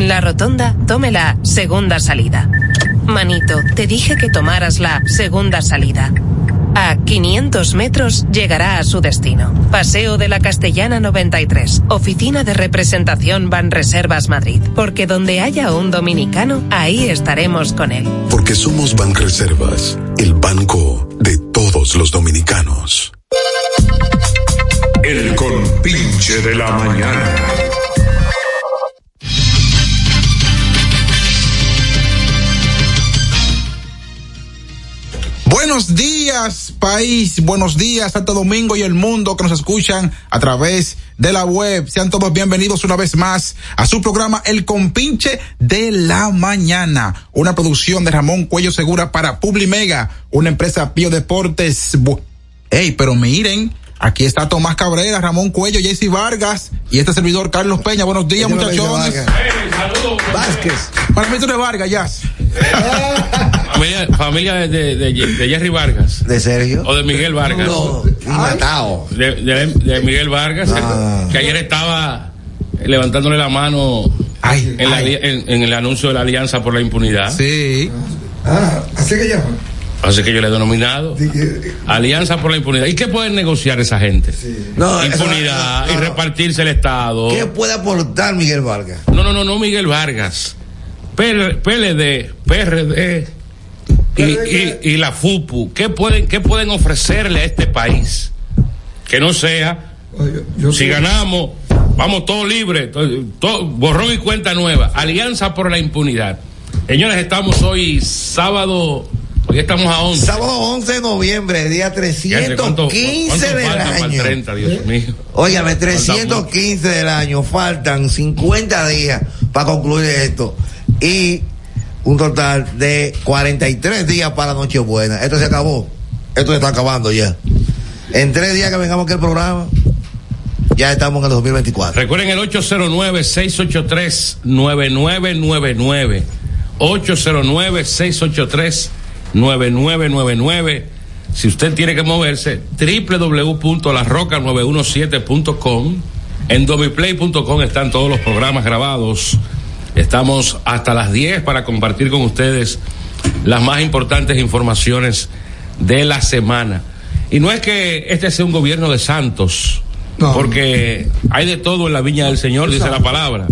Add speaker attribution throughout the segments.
Speaker 1: la rotonda, tome la segunda salida. Manito, te dije que tomaras la segunda salida. A 500 metros llegará a su destino. Paseo de la Castellana 93, Oficina de Representación Banreservas Madrid. Porque donde haya un dominicano, ahí estaremos con él.
Speaker 2: Porque somos Banreservas, el banco de todos los dominicanos.
Speaker 3: El compinche de la mañana.
Speaker 4: Buenos días, país. Buenos días, Santo Domingo y el mundo que nos escuchan a través de la web. Sean todos bienvenidos una vez más a su programa El Compinche de la Mañana. Una producción de Ramón Cuello Segura para Publimega, una empresa Pío Deportes. Bu- Ey, pero miren, aquí está Tomás Cabrera, Ramón Cuello, Jesse Vargas y este servidor Carlos Peña. Buenos días,
Speaker 5: Señora
Speaker 4: muchachones.
Speaker 5: Jesse
Speaker 4: Vázquez. Para mí tú eres Vargas, ya.
Speaker 6: Familia, familia de, de- de- de Jerry Vargas.
Speaker 5: ¿De Sergio?
Speaker 6: O de Miguel Vargas.
Speaker 5: No, matado.
Speaker 6: De, de- de Miguel Vargas,
Speaker 5: Ah.
Speaker 6: que ayer estaba levantándole la mano
Speaker 4: Ay,
Speaker 6: en, la
Speaker 4: ay.
Speaker 6: ali- en- en el anuncio de la Alianza por la Impunidad.
Speaker 4: Sí.
Speaker 7: Ah, así que llama.
Speaker 6: Así que yo le he denominado Alianza por la Impunidad. ¿Y qué pueden negociar esa gente?
Speaker 5: No, eso-
Speaker 6: Impunidad
Speaker 5: no,
Speaker 6: y
Speaker 5: no.
Speaker 6: repartirse el Estado.
Speaker 5: ¿Qué puede aportar Miguel Vargas?
Speaker 6: No, no, no, no Miguel Vargas. PL- PLD, PRD y, y- y la FUPU. ¿Qué pueden, ¿Qué pueden ofrecerle a este país? Que no sea,
Speaker 7: Oye, yo
Speaker 6: si
Speaker 7: creo-
Speaker 6: ganamos, vamos todos libres, to- to- borrón y cuenta nueva. Alianza por la impunidad. Señores, estamos hoy sábado, hoy estamos a 11.
Speaker 5: Sábado 11 de noviembre, día
Speaker 6: Ya sé cuánto-
Speaker 5: 315
Speaker 6: cuánto
Speaker 5: del
Speaker 6: falta para el
Speaker 5: año.
Speaker 6: 30, Dios mío.
Speaker 5: Óigame,
Speaker 6: Falta mucho.
Speaker 5: 315 del año, faltan 50 días para concluir esto. Y un total de 43 días para Nochebuena. Esto se acabó. Esto se está acabando ya. En tres días que vengamos aquí al programa, ya estamos en el 2024.
Speaker 6: Recuerden el 809-683-9999. 809-683-9999. Si usted tiene que moverse, www.larroca917.com. En domiplay.com están todos los programas grabados. Estamos hasta las 10 para compartir con ustedes las más importantes informaciones de la semana. Y no es que este sea un gobierno de santos,
Speaker 7: No.
Speaker 6: porque hay de todo en la viña del Señor, dice la palabra.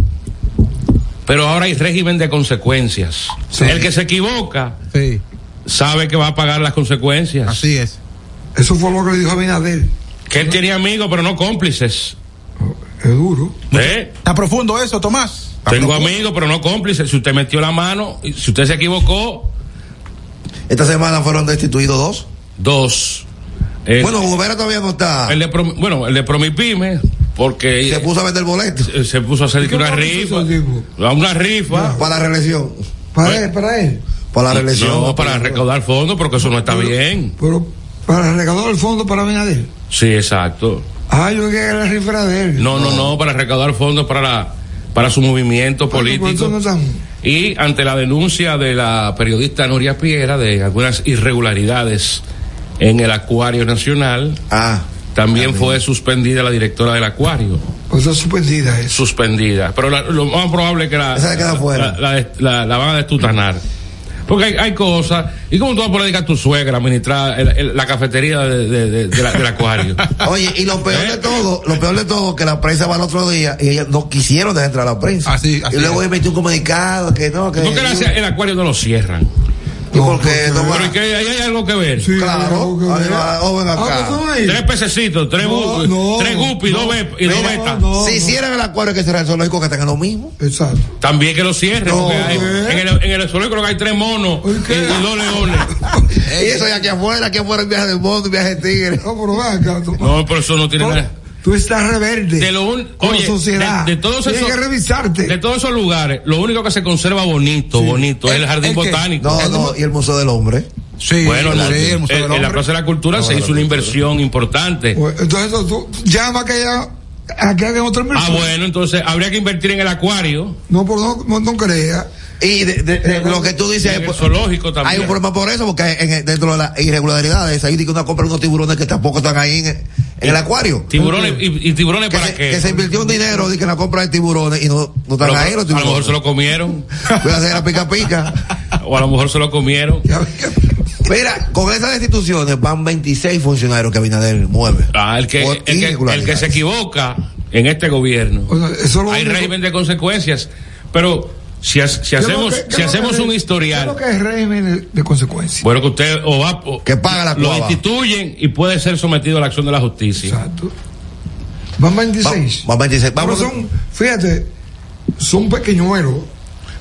Speaker 6: Pero ahora hay régimen de consecuencias.
Speaker 4: Sí.
Speaker 6: El que se equivoca
Speaker 4: Sí,
Speaker 6: sabe que va a pagar las consecuencias.
Speaker 4: así es.
Speaker 7: Eso fue lo que le dijo Abinader.
Speaker 6: Que él tiene amigos, pero no cómplices.
Speaker 7: Es duro.
Speaker 6: ¿Eh?
Speaker 4: Está profundo eso, Tomás. Está
Speaker 6: Tengo
Speaker 4: profundo.
Speaker 6: amigos, pero no cómplices. Si usted metió la mano, y si usted se equivocó,
Speaker 5: Esta semana fueron destituidos dos.
Speaker 6: dos. El-
Speaker 5: Bueno, Gobera todavía no está.
Speaker 6: el de Prom- bueno, el de Promipyme, porque
Speaker 5: Ah. Se puso a vender boletos
Speaker 6: eh, se puso a hacer
Speaker 7: ¿Y qué
Speaker 6: una
Speaker 7: más
Speaker 6: rifa.
Speaker 7: hizo ese tipo?
Speaker 6: Una rifa.
Speaker 5: para la reelección.
Speaker 7: Para
Speaker 6: Bueno.
Speaker 7: él, para él.
Speaker 5: Para la reelección.
Speaker 6: No, para recaudar fondos, porque eso no está bien.
Speaker 7: Pero para recaudar el fondo para Abinader.
Speaker 6: Sí, exacto.
Speaker 7: Ah, yo que era rifera de él.
Speaker 6: No, no, no, para recaudar fondos para, la- para su movimiento
Speaker 7: Bueno, pues,
Speaker 6: político.
Speaker 7: ¿dónde estamos?
Speaker 6: Y ante la denuncia de la periodista Nuria Piera de algunas irregularidades en el Acuario Nacional,
Speaker 5: Ah.
Speaker 6: también fue suspendida la directora del Acuario.
Speaker 7: O sea, Pues, suspendida eso.
Speaker 6: suspendida. Pero la- lo más probable es que la,
Speaker 5: Esa se queda
Speaker 6: la-
Speaker 5: fuera.
Speaker 6: la- la- la- la van a destutanar. Porque hay, hay cosas. ¿Y cómo tú vas a poder dedicar a tu suegra a administrar el- el- la cafetería de- de- de- de la- del acuario?
Speaker 5: Oye, y lo peor de todo, lo peor de todo, que la prensa va al otro día y ellos no quisieron dejar entrar a la prensa.
Speaker 4: Así- así
Speaker 5: y luego
Speaker 4: es.
Speaker 5: ellos metieron un comunicado que no, que.
Speaker 6: No que la- el acuario no lo cierran.
Speaker 5: ¿Y por qué no va?
Speaker 6: Pero es que ahí hay algo que ver.
Speaker 7: Sí,
Speaker 5: Claro,
Speaker 7: pero-
Speaker 5: ahí va, o ven acá.
Speaker 7: Ah, pues, son ahí.
Speaker 6: Tres pececitos, tres,
Speaker 7: No,
Speaker 6: bu-
Speaker 7: no,
Speaker 6: tres guppies
Speaker 7: no.
Speaker 6: dos be- y dos
Speaker 7: Mira,
Speaker 6: betas.
Speaker 7: no.
Speaker 5: si hicieran el acuario que será el zoológico que tengan lo mismo.
Speaker 7: Exacto.
Speaker 6: También que lo cierren.
Speaker 5: No,
Speaker 6: porque hay-
Speaker 7: ¿qué?
Speaker 6: en el, en el zoológico creo que hay tres monos
Speaker 7: ¿Por
Speaker 6: y,
Speaker 7: qué?
Speaker 6: y dos leones.
Speaker 5: Y eso de aquí afuera, aquí afuera el viaje del mundo, el viaje de tigre.
Speaker 7: No, pero ven acá, tú-
Speaker 6: No, pero eso no tiene
Speaker 7: tú-
Speaker 6: nada.
Speaker 7: Tú estás rebelde.
Speaker 6: De lo un-
Speaker 7: como
Speaker 6: oye,
Speaker 7: sociedad.
Speaker 6: de- de todos
Speaker 7: Tienes
Speaker 6: esos-
Speaker 7: que revisarte.
Speaker 6: De todos esos lugares, lo único que se conserva bonito, bonito, es el
Speaker 4: ¿El
Speaker 6: jardín
Speaker 4: qué?
Speaker 6: botánico.
Speaker 5: No, no, y el Museo del Hombre.
Speaker 4: Sí,
Speaker 6: Bueno,
Speaker 4: sí,
Speaker 6: la-
Speaker 4: el Museo
Speaker 6: en-
Speaker 4: del
Speaker 6: en la
Speaker 4: Hombre.
Speaker 6: Plaza de la Cultura se hizo una inversión importante.
Speaker 7: Pues, Entonces tú- tú llama que ya a que hagan otra
Speaker 6: Ah,
Speaker 7: inversión.
Speaker 6: bueno, entonces habría que invertir en el acuario,
Speaker 7: No, pero no, no, no creas.
Speaker 5: Y de- de- de- lo que tú dices
Speaker 6: en el
Speaker 5: pues,
Speaker 6: zoológico también.
Speaker 5: Hay un problema por eso, porque en- dentro de las irregularidades, ahí dice que una compra unos tiburones que tampoco están ahí en, en el acuario.
Speaker 6: Tiburones y, y tiburones
Speaker 5: Que
Speaker 6: para
Speaker 5: se,
Speaker 6: qué.
Speaker 5: que se invirtió un dinero de que en la compra de tiburones y no, no
Speaker 6: Pero
Speaker 5: están ahí los
Speaker 6: a lo mejor
Speaker 5: tiburones.
Speaker 6: se lo comieron.
Speaker 5: Voy a hacer la pica pica.
Speaker 6: o a lo mejor se lo comieron.
Speaker 5: Mira, con esas instituciones van 26 funcionarios que Abinader mueve.
Speaker 6: Ah, el que,
Speaker 5: Por
Speaker 6: el que, el que
Speaker 5: irregularidades.
Speaker 6: se equivoca en este gobierno.
Speaker 7: O sea, Pues, eso es lo
Speaker 6: Hay
Speaker 7: único-
Speaker 6: régimen de consecuencias. Pero si, ha- si
Speaker 7: ¿Qué es lo
Speaker 6: hacemos,
Speaker 7: que- qué es
Speaker 6: si
Speaker 7: lo que re-
Speaker 6: hacemos un
Speaker 7: ¿Qué es lo
Speaker 6: historial,
Speaker 7: que es régimen de, de consecuencia?
Speaker 6: bueno, que usted o va, o-
Speaker 5: Que paga la
Speaker 6: lo
Speaker 5: cuava.
Speaker 6: instituyen y puede ser sometido a la acción de la justicia.
Speaker 7: Exacto. Van 26.
Speaker 5: Va- van 26.
Speaker 7: Pero
Speaker 5: Vamos-
Speaker 7: son, fíjate, son pequeñuelos.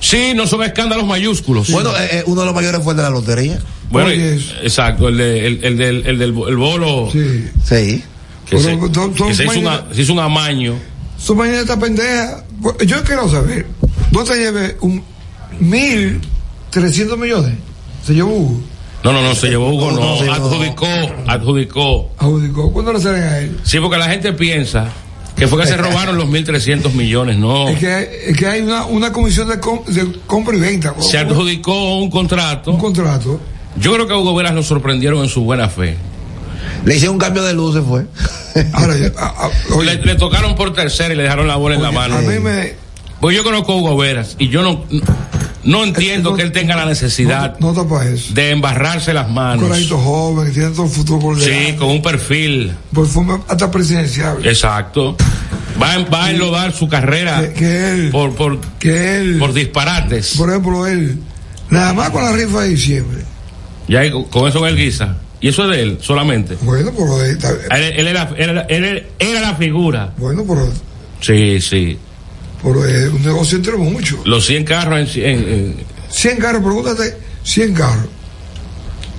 Speaker 6: Sí, no son escándalos mayúsculos.
Speaker 5: Bueno, eh, eh, uno de los mayores fue el de la lotería.
Speaker 6: Bueno,
Speaker 7: Oye,
Speaker 6: y-
Speaker 7: eso.
Speaker 6: exacto, el, de- el, el del, el del bo- el bolo
Speaker 7: Sí.
Speaker 5: Sí.
Speaker 6: que,
Speaker 7: Pero
Speaker 6: se,
Speaker 7: son- son
Speaker 6: que se hizo
Speaker 7: mañana-
Speaker 6: una- se hizo un amaño.
Speaker 7: Su mañana esta pendeja. Yo quiero saber, ¿dónde se lleve un mil trescientos millones? Se llevó Hugo.
Speaker 6: No, no, no, se llevó Hugo,
Speaker 5: No, no,
Speaker 6: no,
Speaker 5: se llevó.
Speaker 6: adjudicó, adjudicó.
Speaker 7: Adjudicó. ¿Cuándo le salen a él?
Speaker 6: Sí, porque la gente piensa que fue que se robaron los 1.300 millones, no.
Speaker 7: Es que, hay- es que hay una, una comisión de, com- de compra y venta.
Speaker 6: Se
Speaker 7: un,
Speaker 6: adjudicó un
Speaker 7: un
Speaker 6: contrato.
Speaker 7: contrato.
Speaker 6: Yo creo que a Hugo Veras lo sorprendieron en su buena fe.
Speaker 5: Le hicieron un cambio de luces, fue.
Speaker 7: Ahora, yo- a- a- oye,
Speaker 6: Le, le tocaron por tercera y le dejaron la bola en la mano.
Speaker 7: a mí me.
Speaker 6: Pues yo conozco a Hugo Veras y yo no, no entiendo
Speaker 7: no-
Speaker 6: que él tenga la necesidad
Speaker 7: No, no tapa eso.
Speaker 6: de embarrarse las
Speaker 7: Un
Speaker 6: manos.
Speaker 7: corajito joven, tiene todo el futuro por
Speaker 6: Sí,
Speaker 7: delante.
Speaker 6: con un perfil.
Speaker 7: Perfume hasta presidencial.
Speaker 6: Exacto. Va, a- va a enlodar su carrera
Speaker 7: Que, que él.
Speaker 6: por, por,
Speaker 7: que él.
Speaker 6: por disparates.
Speaker 7: Por ejemplo, él, nada más con la rifa de diciembre.
Speaker 6: Ya ahí con- con eso él guisa. Y eso es de él solamente.
Speaker 7: Bueno, pero él, está bien.
Speaker 6: Él, él era, era- él era la figura.
Speaker 7: bueno, pero,
Speaker 6: Sí, sí.
Speaker 7: pero es un negocio entre muchos.
Speaker 6: Los 100 carros en, en- en-
Speaker 7: 100 carros, pregúntate, 100 carros.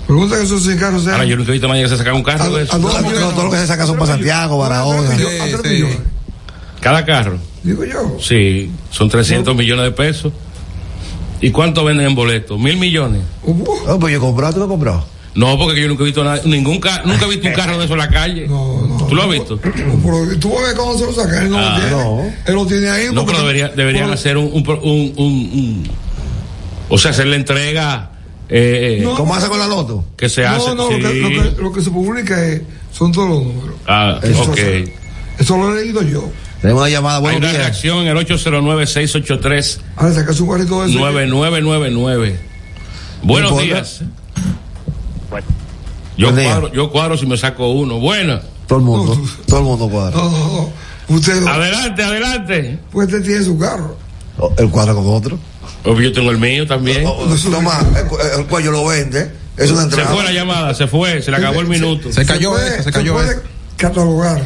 Speaker 7: Pregúntate que esos 100 carros sean.
Speaker 6: Ahora yo nunca he visto a nadie que se saca un carro de
Speaker 7: a- a
Speaker 6: eso.
Speaker 7: dos
Speaker 5: No,
Speaker 7: millones.
Speaker 5: no, todo lo que se saca son para Santiago, Barahona.
Speaker 7: A tres millones, a
Speaker 4: Sí,
Speaker 7: tres
Speaker 4: sí.
Speaker 7: millones.
Speaker 6: Cada carro.
Speaker 7: Digo yo.
Speaker 6: Sí. Son 300 millones de pesos. ¿Y cuánto venden en boletos? ¿Mil millones?
Speaker 7: Uh,
Speaker 5: No, pues yo he comprado, tú no has comprado.
Speaker 6: No, porque yo nunca he visto nada- ningún ca- nunca he visto un carro de eso en la calle.
Speaker 7: No, no.
Speaker 6: ¿Tú lo has visto?
Speaker 7: pero tú vas a ver cómo se lo saca. Él no
Speaker 6: Ah,
Speaker 7: lo tiene.
Speaker 5: no.
Speaker 7: Él lo tiene ahí.
Speaker 6: No,
Speaker 7: porque
Speaker 6: pero
Speaker 7: tú-
Speaker 6: debería, deberían
Speaker 7: por-
Speaker 6: hacer un, un, pro- un- un- un- O sea, hacer la entrega. eh, eh,
Speaker 7: No.
Speaker 5: ¿Cómo hace con la loto?
Speaker 6: Que se hace.
Speaker 7: No, no,
Speaker 6: sí.
Speaker 7: lo, que, lo que- lo que se publica es, son todos los números.
Speaker 6: Ah,
Speaker 7: Eso,
Speaker 6: ok.
Speaker 7: se- eso lo he leído yo.
Speaker 5: Tenemos una llamada,
Speaker 6: Hay
Speaker 5: buenos
Speaker 6: una
Speaker 5: días.
Speaker 6: reacción en el 809-683-9999.
Speaker 7: Ahora sacas un carrito de eso.
Speaker 6: Buenos
Speaker 5: importa.
Speaker 6: días. Yo
Speaker 5: Buen día.
Speaker 6: cuadro, yo cuadro si me saco uno. Bueno,
Speaker 5: Todo el mundo,
Speaker 7: No, tú-
Speaker 5: todo el mundo cuadra.
Speaker 7: No, no, no. Usted no.
Speaker 6: adelante, adelante.
Speaker 7: Pues este tiene su carro.
Speaker 5: O- El cuadra con otro.
Speaker 6: Obvio, yo tengo el mío también.
Speaker 4: Oh,
Speaker 5: O- o- Toma, el, cu- el cuello lo vende. Es una
Speaker 6: Se
Speaker 5: entrada.
Speaker 6: fue la llamada, se fue, se le acabó el minuto.
Speaker 4: Se cayó
Speaker 7: puede-
Speaker 4: esa, se cayó
Speaker 7: puede
Speaker 4: esa.
Speaker 7: catalogar.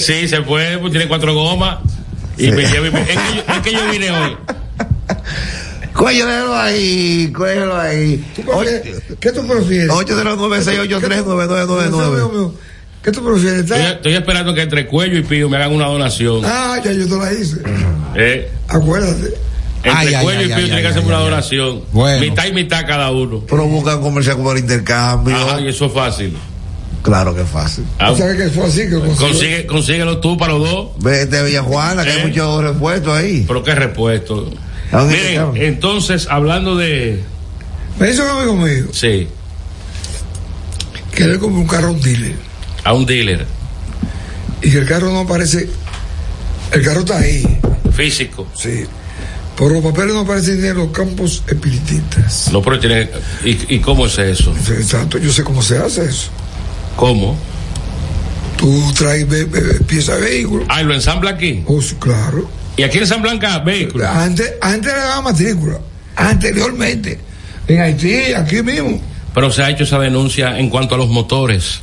Speaker 6: Sí, se fue, pues tiene cuatro gomas. Y me lleva y me- es, que yo, es que yo vine hoy.
Speaker 5: Cuello, déjalo ahí, cuello ahí.
Speaker 7: ¿Tú prefieres- ¿Qué tú prefieres?
Speaker 5: 809-683-9999.
Speaker 7: Amigo mío, ¿Qué tú prefieres?
Speaker 6: Estoy,
Speaker 7: ¿Tal?
Speaker 6: estoy esperando que entre cuello y pío me hagan una donación.
Speaker 7: Ah, ya yo te la hice.
Speaker 6: Eh,
Speaker 7: Acuérdate.
Speaker 6: entre
Speaker 4: Ay, ay,
Speaker 6: cuello
Speaker 4: ay,
Speaker 6: y pío
Speaker 4: ay,
Speaker 6: tiene que
Speaker 4: ay,
Speaker 6: hacerme
Speaker 4: ay,
Speaker 6: una
Speaker 4: ay.
Speaker 6: donación.
Speaker 4: Bueno.
Speaker 6: Mitad y mitad cada uno.
Speaker 5: Pero buscan comercial como el intercambio.
Speaker 6: Ajá, y eso es fácil.
Speaker 5: Claro que es fácil.
Speaker 6: Ah,
Speaker 7: ¿Tú sabes que fue así que lo consiguió?
Speaker 6: consigue, consíguelo tú para los dos.
Speaker 5: Vete a Villa Juana, que
Speaker 6: Eh.
Speaker 5: hay muchos repuestos ahí.
Speaker 6: Pero qué repuesto.
Speaker 4: Ah,
Speaker 5: ¿A dónde
Speaker 6: Miren,
Speaker 5: llegaron?
Speaker 6: entonces, hablando de.
Speaker 7: Me hizo un amigo mío
Speaker 6: Sí,
Speaker 7: que él compró un carro a un dealer
Speaker 6: a un dealer
Speaker 7: y que el carro no aparece. El carro está ahí,
Speaker 6: físico.
Speaker 7: sí. Por los papeles no aparecen ni en los campos espiritistas.
Speaker 6: No, pero tiene. ¿Y, y cómo es eso?
Speaker 7: Exacto, yo sé cómo se hace eso.
Speaker 6: ¿Cómo?
Speaker 7: Tú traes ve- ve- pieza de vehículo.
Speaker 6: Ah, y lo ensambla aquí.
Speaker 7: Oh, sí, claro.
Speaker 6: Y aquí ensamblan cada vehículo.
Speaker 7: Antes, antes le daban matrícula, anteriormente, en Haití, aquí mismo.
Speaker 6: Pero se ha hecho esa denuncia en cuanto a los motores.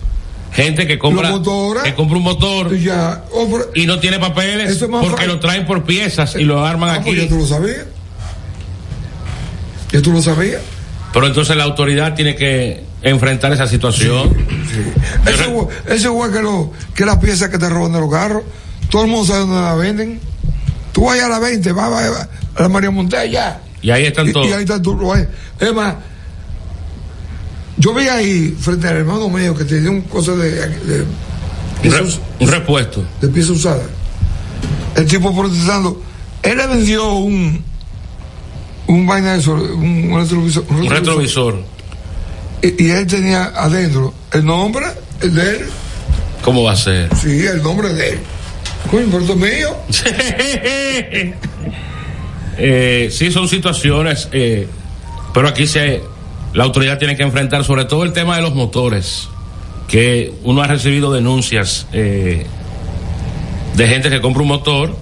Speaker 6: Gente que compra.
Speaker 7: Los motores.
Speaker 6: Que compra un motor
Speaker 7: Y Ya, oh, pero-
Speaker 6: y no tiene papeles
Speaker 7: Eso es más
Speaker 6: porque
Speaker 7: fácil.
Speaker 6: lo traen por piezas y lo arman
Speaker 7: Ah, pues
Speaker 6: aquí.
Speaker 7: ya tú lo sabías. Ya tú lo sabías.
Speaker 6: Pero entonces la autoridad tiene que enfrentar esa situación.
Speaker 7: Ese
Speaker 6: re-
Speaker 7: igual, ese igual que, lo, que las piezas que te roban de los carros. Todo el mundo sabe dónde las venden. Tú vas allá a la 20, vas, vas, vas a la María Montes ya.
Speaker 6: Y ahí están
Speaker 7: Y,
Speaker 6: todos.
Speaker 7: y ahí está tu lugar. Es más, yo vi ahí, frente al hermano mío, que tenía un cosa de, de,
Speaker 6: Un
Speaker 7: pieza
Speaker 6: re-
Speaker 7: us-
Speaker 6: un repuesto.
Speaker 7: de pieza usada. El tipo protestando. Él le vendió un. Un vaina de sol- un, un retrovisor.
Speaker 6: Un retrovisor.
Speaker 7: y, y él tenía adentro el nombre el de él
Speaker 6: ¿Cómo va a ser?
Speaker 7: Sí, el nombre de él. Coño, pero esto es mío.
Speaker 6: Eh, sí, son situaciones, eh, pero aquí se, la autoridad tiene que enfrentar sobre todo el tema de los motores, que uno ha recibido denuncias eh, de gente que compra un motor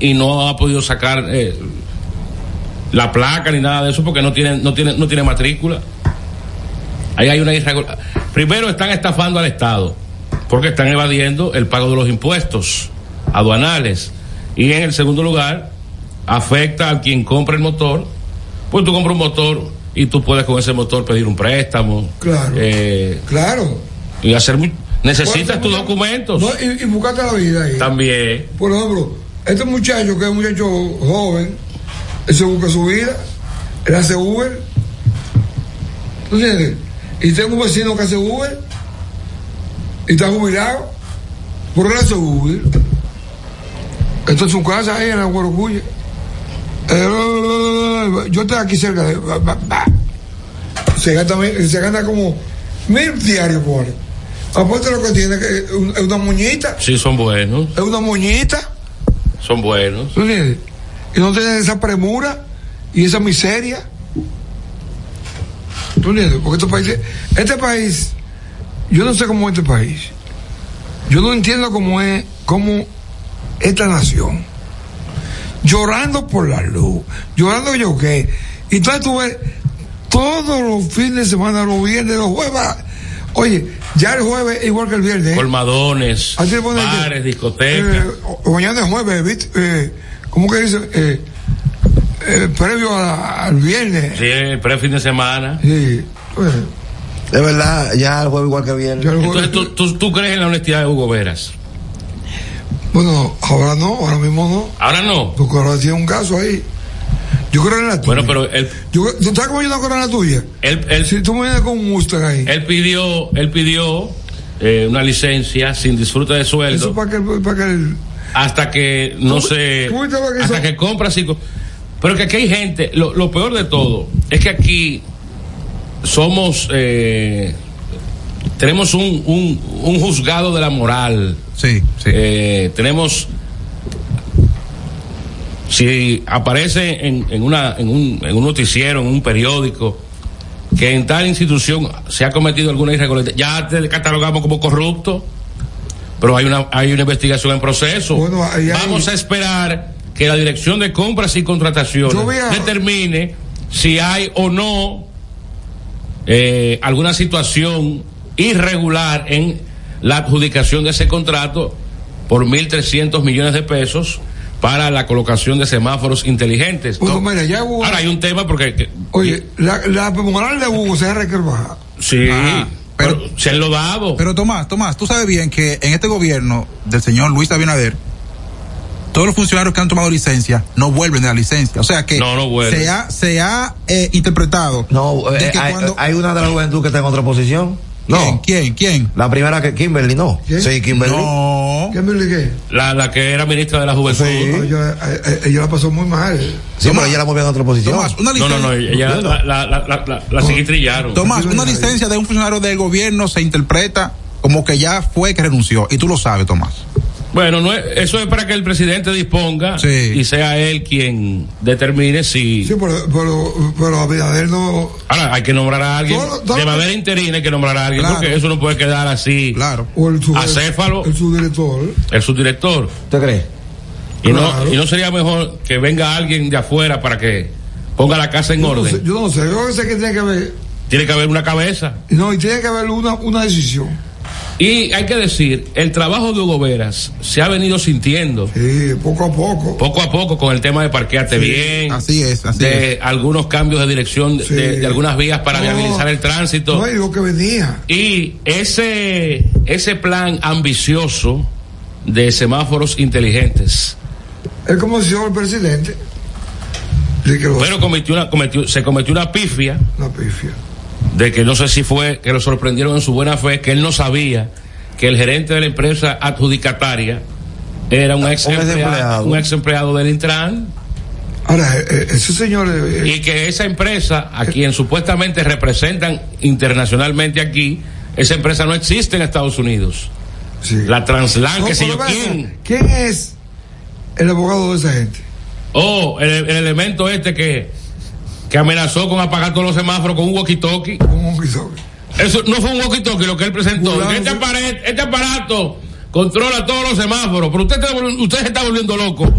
Speaker 6: y no ha podido sacar eh, la placa ni nada de eso porque no tiene, no tiene, no tiene matrícula. Ahí hay una irregularidad. Primero están estafando al Estado porque están evadiendo el pago de los impuestos aduanales. Y en el segundo lugar, afecta a quien compra el motor, pues tú compras un motor y tú puedes con ese motor pedir un préstamo.
Speaker 7: Claro.
Speaker 6: eh,
Speaker 7: Claro.
Speaker 6: y hacer. mu-
Speaker 7: Bueno,
Speaker 6: Necesitas tus
Speaker 7: muchacho,
Speaker 6: documentos.
Speaker 7: No, eh. y, y buscarte la vida ahí.
Speaker 6: También.
Speaker 7: Por ejemplo, este muchacho que es un muchacho joven, él se busca su vida, él hace Uber. ¿Tú entiendes? Y tengo un vecino que hace Uber y está jubilado, pero él hace Uber. Esto es su casa ahí en la Guarocuya. Eh, Yo estoy aquí cerca de. ba, ba, ba. Se gasta, mi- se gana como mil diarios por hora. Apuesta lo que tiene, que es un- es una muñita,
Speaker 6: Sí, son buenos.
Speaker 7: es una muñita.
Speaker 6: Son buenos.
Speaker 7: ¿Tú entiendes? Y no tienen esa premura y esa miseria. ¿Tú entiendes? Porque este país, este país, yo no sé cómo es este país. Yo no entiendo cómo es, cómo esta nación. Llorando por la luz, llorando yo qué. Y entonces tú ves todos los fines de semana, los viernes, los jueves. Oye, ya el jueves es igual que el viernes. ¿eh?
Speaker 6: Colmadones,
Speaker 7: Así le ponen que-
Speaker 6: bares, discotecas.
Speaker 7: Eh, o- mañana es jueves, ¿viste? Eh, ¿Cómo que dice? Eh, eh, previo a- al viernes.
Speaker 6: Sí, el pre-fin de semana.
Speaker 7: Sí. bueno,
Speaker 5: De verdad, ya el juego igual que
Speaker 7: ya
Speaker 5: viene.
Speaker 7: el
Speaker 6: Entonces,
Speaker 7: jueves-
Speaker 6: ¿tú, tú, tú crees en la honestidad de Hugo Veras?
Speaker 7: Bueno, ahora no, ahora mismo no.
Speaker 6: Ahora no.
Speaker 7: Porque ahora tiene un caso ahí. Yo creo en la tuya.
Speaker 6: Bueno, pero él,
Speaker 7: Yo, ¿Tú sabes cómo yo no creo en la tuya?
Speaker 6: él, él,
Speaker 7: Si tú me vienes con un Mustang ahí.
Speaker 6: él pidió, él pidió eh, una licencia sin disfrute de
Speaker 7: eso
Speaker 6: sueldo.
Speaker 7: para que, para que el-
Speaker 6: hasta que no se
Speaker 7: ¿Cómo estaba que
Speaker 6: hasta
Speaker 7: hizo?
Speaker 6: que compras y co- pero que aquí hay gente lo, lo peor de todo es que aquí somos eh, tenemos un, un, un juzgado de la moral
Speaker 4: Sí, sí.
Speaker 6: Eh, tenemos si aparece en, en una en un, en un noticiero en un periódico que en tal institución se ha cometido alguna irregularidad ya te catalogamos como corrupto pero hay una hay una investigación en proceso
Speaker 7: Bueno, ahí hay-
Speaker 6: vamos a esperar que la dirección de compras y contrataciones
Speaker 7: Yo voy a-
Speaker 6: determine si hay o no eh, alguna situación irregular en la adjudicación de ese contrato por 1.300 millones de pesos para la colocación de semáforos inteligentes.
Speaker 7: Bueno,
Speaker 6: ¿no?
Speaker 7: mira, ya hubo-
Speaker 6: Ahora hay un tema porque... que-
Speaker 7: Oye, la, la moral de Hugo se ha Carvajal.
Speaker 6: sí,
Speaker 4: Ah,
Speaker 6: pero,
Speaker 4: pero-
Speaker 6: se lo dado.
Speaker 4: Pero Tomás, Tomás, tú sabes bien que en este gobierno del señor Luis Abinader, todos los funcionarios que han tomado licencia no vuelven de la licencia. O sea que
Speaker 6: No, no vuelven.
Speaker 4: se ha, se ha eh, interpretado.
Speaker 5: No, eh,
Speaker 4: de que
Speaker 5: hay,
Speaker 4: cuando-
Speaker 5: hay una de la juventud que está en otra posición.
Speaker 4: ¿Quién?
Speaker 5: No.
Speaker 4: ¿Quién? ¿Quién?
Speaker 5: La primera que Kimberly, no.
Speaker 7: ¿Quién?
Speaker 5: Sí, Kimberly.
Speaker 4: No.
Speaker 7: ¿Qué me ligué?
Speaker 6: la, la que era ministra de la Juventud.
Speaker 5: Sí.
Speaker 7: Ella, eh, ella la pasó muy mal.
Speaker 5: Sí,
Speaker 4: Tomás.
Speaker 5: pero ella la movió en otra posición.
Speaker 4: Tomás, una
Speaker 6: No,
Speaker 4: licencia.
Speaker 6: no, eh, no, ella la, la, la, la, la- la seguitrillaron.
Speaker 4: Tomás, una licencia de un funcionario del gobierno se interpreta como que ya fue que renunció. Y tú lo sabes, Tomás.
Speaker 6: Bueno, no es- eso es para que el presidente disponga
Speaker 4: Sí.
Speaker 6: y sea él quien determine si...
Speaker 7: Sí, pero, pero, pero Abinader no.
Speaker 6: Ahora, Ah, hay que nombrar a alguien.
Speaker 7: Todo- todo-
Speaker 6: de manera interina hay que nombrar a alguien,
Speaker 4: Claro.
Speaker 6: porque eso no puede quedar así.
Speaker 4: Claro.
Speaker 7: O el sub-
Speaker 6: Acéfalo.
Speaker 7: El subdirector.
Speaker 6: El subdirector.
Speaker 5: ¿Usted cree?
Speaker 6: Y, no,
Speaker 7: Claro.
Speaker 6: y no sería mejor que venga alguien de afuera para que ponga la casa en
Speaker 7: Yo no sé,
Speaker 6: orden.
Speaker 7: yo no sé, yo sé que tiene que haber,
Speaker 6: Tiene que haber una cabeza.
Speaker 7: no, y tiene que haber una, una decisión.
Speaker 6: Y hay que decir, el trabajo de Hugo Veras se ha venido sintiendo
Speaker 7: Sí, poco a poco.
Speaker 6: poco a poco con el tema de parquearte bien.
Speaker 4: Así es, así
Speaker 6: de algunos cambios de dirección de-
Speaker 7: Sí.
Speaker 6: de, de algunas vías para
Speaker 7: No.
Speaker 6: viabilizar el tránsito.
Speaker 7: No, y lo que venía.
Speaker 6: Y ese, ese plan ambicioso de semáforos inteligentes.
Speaker 7: Es como si yo el presidente. De que lo
Speaker 6: Pero cometió una, cometió, se cometió una pifia
Speaker 7: una pifia.
Speaker 6: de que no sé si fue que lo sorprendieron en su buena fe, que él no sabía que el gerente de la empresa adjudicataria era un ex
Speaker 5: Un desempleado.
Speaker 6: empleado, un ex empleado del Intran
Speaker 7: Ahora, eh, eh, ese señor. eh, eh,
Speaker 6: y que esa empresa a quien supuestamente representan internacionalmente aquí, esa empresa no existe en Estados Unidos.
Speaker 7: Sí.
Speaker 6: la Translan,
Speaker 7: No,
Speaker 6: que sé
Speaker 7: pero
Speaker 6: yo
Speaker 7: ven acá,
Speaker 6: quién.
Speaker 7: ¿Quién es el abogado de esa gente?
Speaker 6: Oh, el, el elemento este que, que amenazó con apagar todos los semáforos con un walkie-talkie.
Speaker 7: Un walkie-talkie.
Speaker 6: Eso no fue un walkie-talkie lo que él presentó.
Speaker 7: Fulano,
Speaker 6: Este,
Speaker 7: sí.
Speaker 6: apare- este aparato controla todos los semáforos, pero usted, está volvi- usted se está volviendo loco.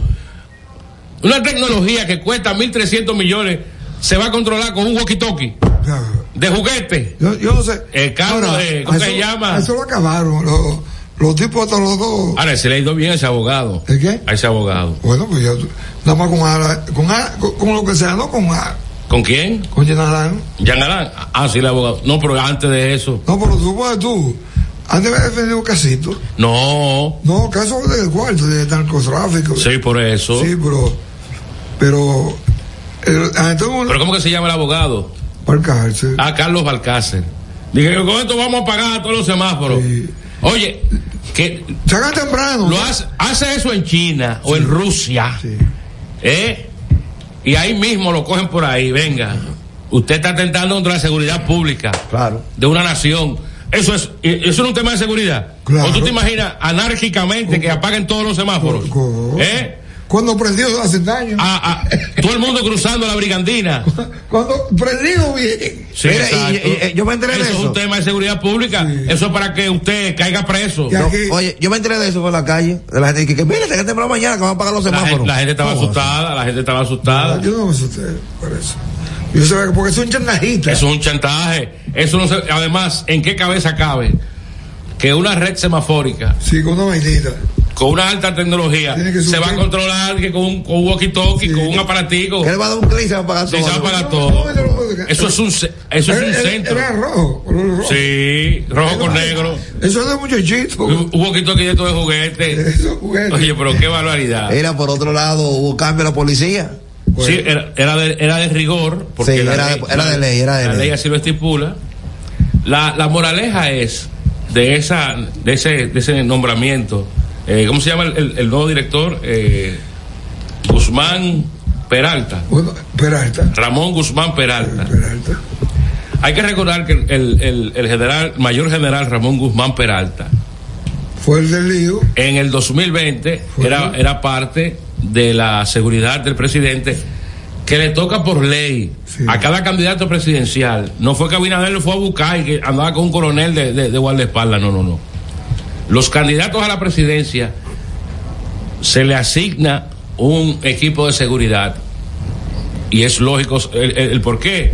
Speaker 6: Una tecnología que cuesta 1.300 millones se va a controlar con un walkie-talkie
Speaker 7: Ya,
Speaker 6: de juguete.
Speaker 7: Yo, yo no sé.
Speaker 6: El carro de- ¿cómo
Speaker 7: a
Speaker 6: se
Speaker 7: eso-
Speaker 6: llama?
Speaker 7: a Eso lo acabaron. Los, los tipos hasta los dos.
Speaker 6: Ahora, se le ha ido bien a ese abogado.
Speaker 7: ¿El qué?
Speaker 6: A ese abogado.
Speaker 7: Bueno, pues ya. tú- Nada más con ala. Con, ala- con, con lo que sea, no con ala.
Speaker 6: ¿Con quién?
Speaker 7: Con Yenarán.
Speaker 6: Jean Alain. Ah, sí, el abogado. No, pero antes de eso.
Speaker 7: No, pero tú, pues, tú. Antes me defendido casito.
Speaker 6: No,
Speaker 7: No, caso del cuarto, de narcotráfico.
Speaker 6: sí, por eso.
Speaker 7: Sí, pero. Pero. El, la gente no-
Speaker 6: Pero Ah. ¿cómo que se llama el abogado?
Speaker 7: para el cárcel.
Speaker 6: A Carlos Balcácer. Dije, con esto vamos a apagar todos los semáforos.
Speaker 7: Sí.
Speaker 6: Oye, que
Speaker 7: Salgan temprano.
Speaker 6: lo
Speaker 7: ¿no?
Speaker 6: hace, hace eso en China o en Rusia.
Speaker 7: Sí.
Speaker 6: ¿eh? Y ahí mismo lo cogen por ahí. Venga, usted está atentando contra la seguridad pública
Speaker 5: Claro.
Speaker 6: de una nación. Eso es, eh, eso es un tema de seguridad.
Speaker 7: Claro.
Speaker 6: ¿O tú te imaginas anárquicamente que apaguen todos los semáforos?
Speaker 7: Co-
Speaker 6: ¿Eh? Ah.
Speaker 7: Cuando prendió hace años.
Speaker 6: A- a- todo el mundo cruzando la brigandina.
Speaker 7: Cuando prendido bien.
Speaker 6: Sí,
Speaker 5: Mira, y-
Speaker 6: exacto.
Speaker 5: y- y- yo me enteré de
Speaker 6: es
Speaker 5: eso.
Speaker 6: un tema de seguridad pública. Eso es para que usted caiga preso.
Speaker 7: Ya.
Speaker 6: No,
Speaker 5: No,
Speaker 7: que-
Speaker 5: oye, yo me enteré de eso por la calle. De la gente que, que mira, te quedas temprano mañana que van a pagar los
Speaker 6: La,
Speaker 5: semáforos.
Speaker 6: gente, la gente estaba
Speaker 5: No,
Speaker 6: asustada, la gente estaba asustada.
Speaker 7: Yo no me asusté por eso. Yo sabía que porque es un chantajista.
Speaker 6: Eso es un chantaje. Eso no se- además, ¿en qué cabeza cabe que una red semafórica
Speaker 7: Sí, con una vainita.
Speaker 6: con una alta tecnología
Speaker 7: Tiene que
Speaker 6: se va a
Speaker 7: surgir.
Speaker 6: controlar que con un, con un walkie-talkie, con un aparatico?
Speaker 5: Que le va a dar un clic y se va a pagar
Speaker 6: Sí,
Speaker 5: todo.
Speaker 6: se va a pagar
Speaker 7: No, no, no, no,
Speaker 6: todo.
Speaker 7: no.
Speaker 6: Eso es un, ce- eso es
Speaker 7: Era-
Speaker 6: un
Speaker 7: era-
Speaker 6: centro.
Speaker 7: Era rojo, color rojo.
Speaker 6: Sí, rojo con negro.
Speaker 7: Eso es de muchachito.
Speaker 6: Un un walkie-talkie de todo de juguete.
Speaker 7: Eso es juguete.
Speaker 6: Oye, pero qué barbaridad.
Speaker 5: Era por otro lado, hubo cambio a la policía.
Speaker 7: Bueno.
Speaker 6: Sí, era, era de, era de rigor. Porque
Speaker 5: Pues Sí,
Speaker 6: la
Speaker 5: era de- era de ley, era de
Speaker 6: la
Speaker 5: ley.
Speaker 6: así lo estipula. La, la moraleja es de esa de ese, de ese nombramiento. eh, ¿Cómo se llama el, el- el nuevo director? Eh, Guzmán Peralta.
Speaker 7: Bueno, Peralta.
Speaker 6: Ramón Guzmán Peralta.
Speaker 7: Peralta.
Speaker 6: Hay que recordar que el, el- el general, mayor general Ramón Guzmán Peralta,
Speaker 7: Fue el del lío.
Speaker 6: en el 2020 era, era parte de la seguridad del presidente que le toca por ley
Speaker 7: Sí.
Speaker 6: a cada candidato presidencial. No fue que Abinader lo fue a buscar y que andaba con un coronel de, de, de guardaespaldas, no, no, no. Los candidatos a la presidencia se le asigna un equipo de seguridad y es lógico el, el- el por qué.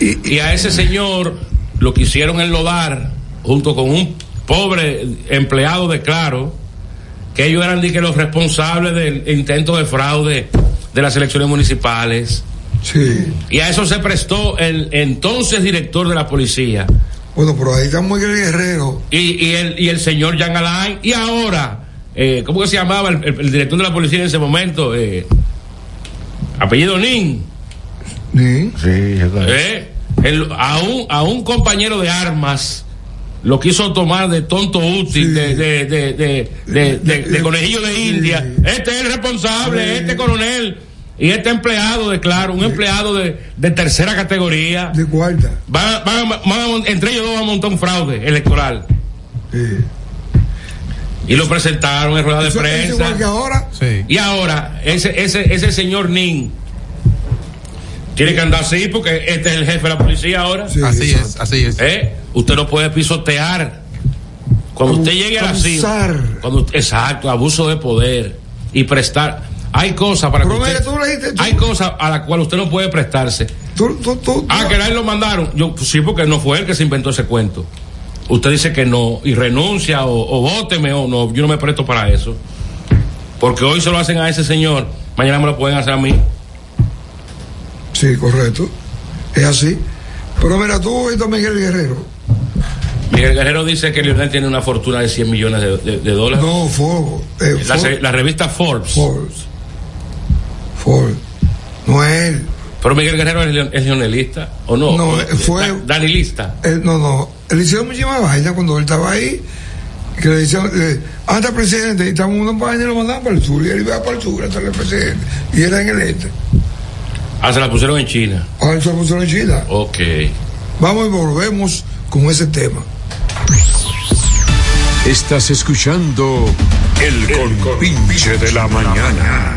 Speaker 6: Y, a ese señor lo quisieron enlodar junto con un pobre empleado de Claro, que ellos eran di que, los responsables del intento de fraude de las elecciones municipales.
Speaker 7: Sí.
Speaker 6: Y a eso se prestó el entonces director de la policía
Speaker 7: Bueno, pero ahí está muy guerrero.
Speaker 6: y, y el, y el señor Jean Alain. Y ahora, eh, ¿cómo que se llamaba el, el- el director de la policía en ese momento? Eh, apellido Nin.
Speaker 7: ¿Sí?
Speaker 5: Sí,
Speaker 6: ¿eh? El- a, un, a un compañero de armas lo quiso tomar de tonto útil,
Speaker 7: Sí.
Speaker 6: de, de, de, de, de- de- de conejillo de
Speaker 7: Sí.
Speaker 6: India. Este es el responsable,
Speaker 7: Sí.
Speaker 6: este coronel y este empleado de Claro, un empleado de, de tercera categoría.
Speaker 7: De cuarta.
Speaker 6: Van, a- van a- van a mon- entre ellos dos van a montar un fraude electoral.
Speaker 7: Sí.
Speaker 6: Y lo presentaron en rueda de
Speaker 7: Eso es igual que
Speaker 6: prensa.
Speaker 7: ahora.
Speaker 8: Sí.
Speaker 6: Y ahora, ese, ese, ese señor Nin tiene que andar así porque este es el jefe de la policía ahora.
Speaker 7: Sí,
Speaker 8: Así
Speaker 7: exacto.
Speaker 8: es, así es.
Speaker 6: ¿Eh? Usted no puede pisotear. Cuando
Speaker 7: Abu-
Speaker 6: usted llegue a la cima,
Speaker 7: abusar.
Speaker 6: cuando exacto, abuso de poder y prestar. Hay cosas para que
Speaker 7: Pero mira,
Speaker 6: usted-
Speaker 7: tú le dijiste- tú-
Speaker 6: hay cosas a las cuales usted no puede prestarse.
Speaker 7: Tú, tú, tú,
Speaker 6: Ah,
Speaker 7: tú-
Speaker 6: que a él lo mandaron. Yo pues, sí, porque no fue él que se inventó ese cuento. Usted dice que no y renuncia o, o vóteme o no, yo no me presto para eso. Porque hoy se lo hacen a ese señor, mañana me lo pueden hacer a mí.
Speaker 7: Sí, correcto. Es así. Pero mira, tú oíste a Miguel Guerrero.
Speaker 6: Miguel Guerrero dice que Lionel tiene una fortuna de 100 millones de, de- de dólares.
Speaker 7: No, Ford. eh,
Speaker 6: la,
Speaker 7: Ford-
Speaker 6: se- la revista Forbes.
Speaker 7: Ford. Ford. No es él.
Speaker 6: Pero Miguel Guerrero es, leon- es leonelista, ¿o no?
Speaker 7: No,
Speaker 6: O-
Speaker 7: eh, fue-
Speaker 6: da- danilista.
Speaker 7: Él- Eh, no, no. Le hicieron muchísima vaina cuando él estaba ahí. Que le decían, eh, antes presidente, y estaban unos vainas y lo mandaban para el sur. Y él iba para el sur hasta el presidente. Y era en el este.
Speaker 6: Ah, se la pusieron en China.
Speaker 7: Ahora se puso en China.
Speaker 6: Ok.
Speaker 7: Vamos y volvemos con ese tema.
Speaker 3: Estás escuchando El Compinche de la Mañana.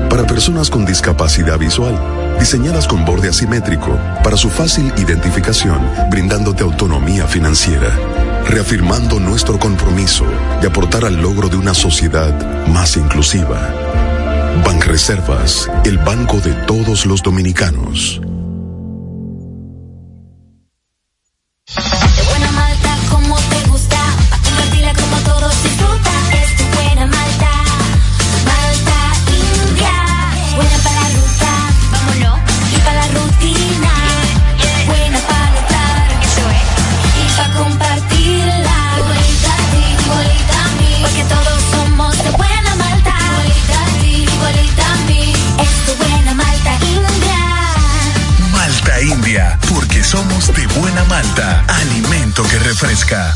Speaker 2: para personas con discapacidad visual, diseñadas con borde asimétrico para su fácil identificación, brindándote autonomía financiera, reafirmando nuestro compromiso de aportar al logro de una sociedad más inclusiva. Banreservas, el banco de todos los dominicanos.
Speaker 8: De buena malta como te gusta, pa' compartirla como todos disfrutan. Es tu buena malta, malta india. Buena para la ruta, vámonos, y para la rutina. Buena para notar, eso es. Y para compartirla. Igualita a ti, igualita a mí. Porque todos somos de buena malta. Igualita a ti, igualita a mí. Es tu buena malta india.
Speaker 9: Malta India, porque somos de buena malta, alimento que refresca.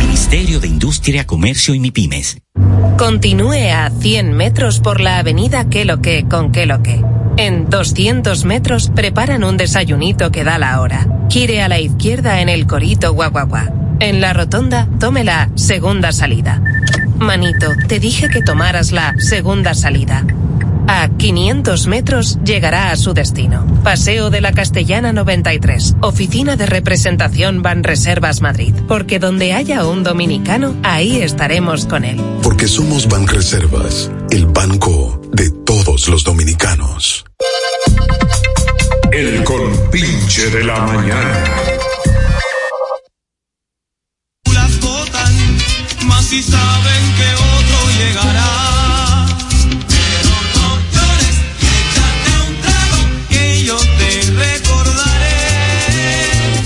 Speaker 10: Ministerio de Industria, Comercio y MIPIMES.
Speaker 1: Continúe a 100 metros por la avenida Queloque con Queloque. En 200 metros preparan un desayunito que da la hora. Gire a la izquierda en el Corito Guaguaguá. En la rotonda, tome la segunda salida. Manito, te dije que tomaras la segunda salida. A 500 metros llegará a su destino. Paseo de la Castellana 93, Oficina de Representación Banreservas Madrid. Porque donde haya un dominicano, ahí estaremos con él.
Speaker 2: Porque somos Banreservas, el banco de todos los dominicanos.
Speaker 3: El Compinche de la Mañana.
Speaker 11: las votan, más si saben que otro llegará. Pero no llores, y échate un trago, que yo te recordaré.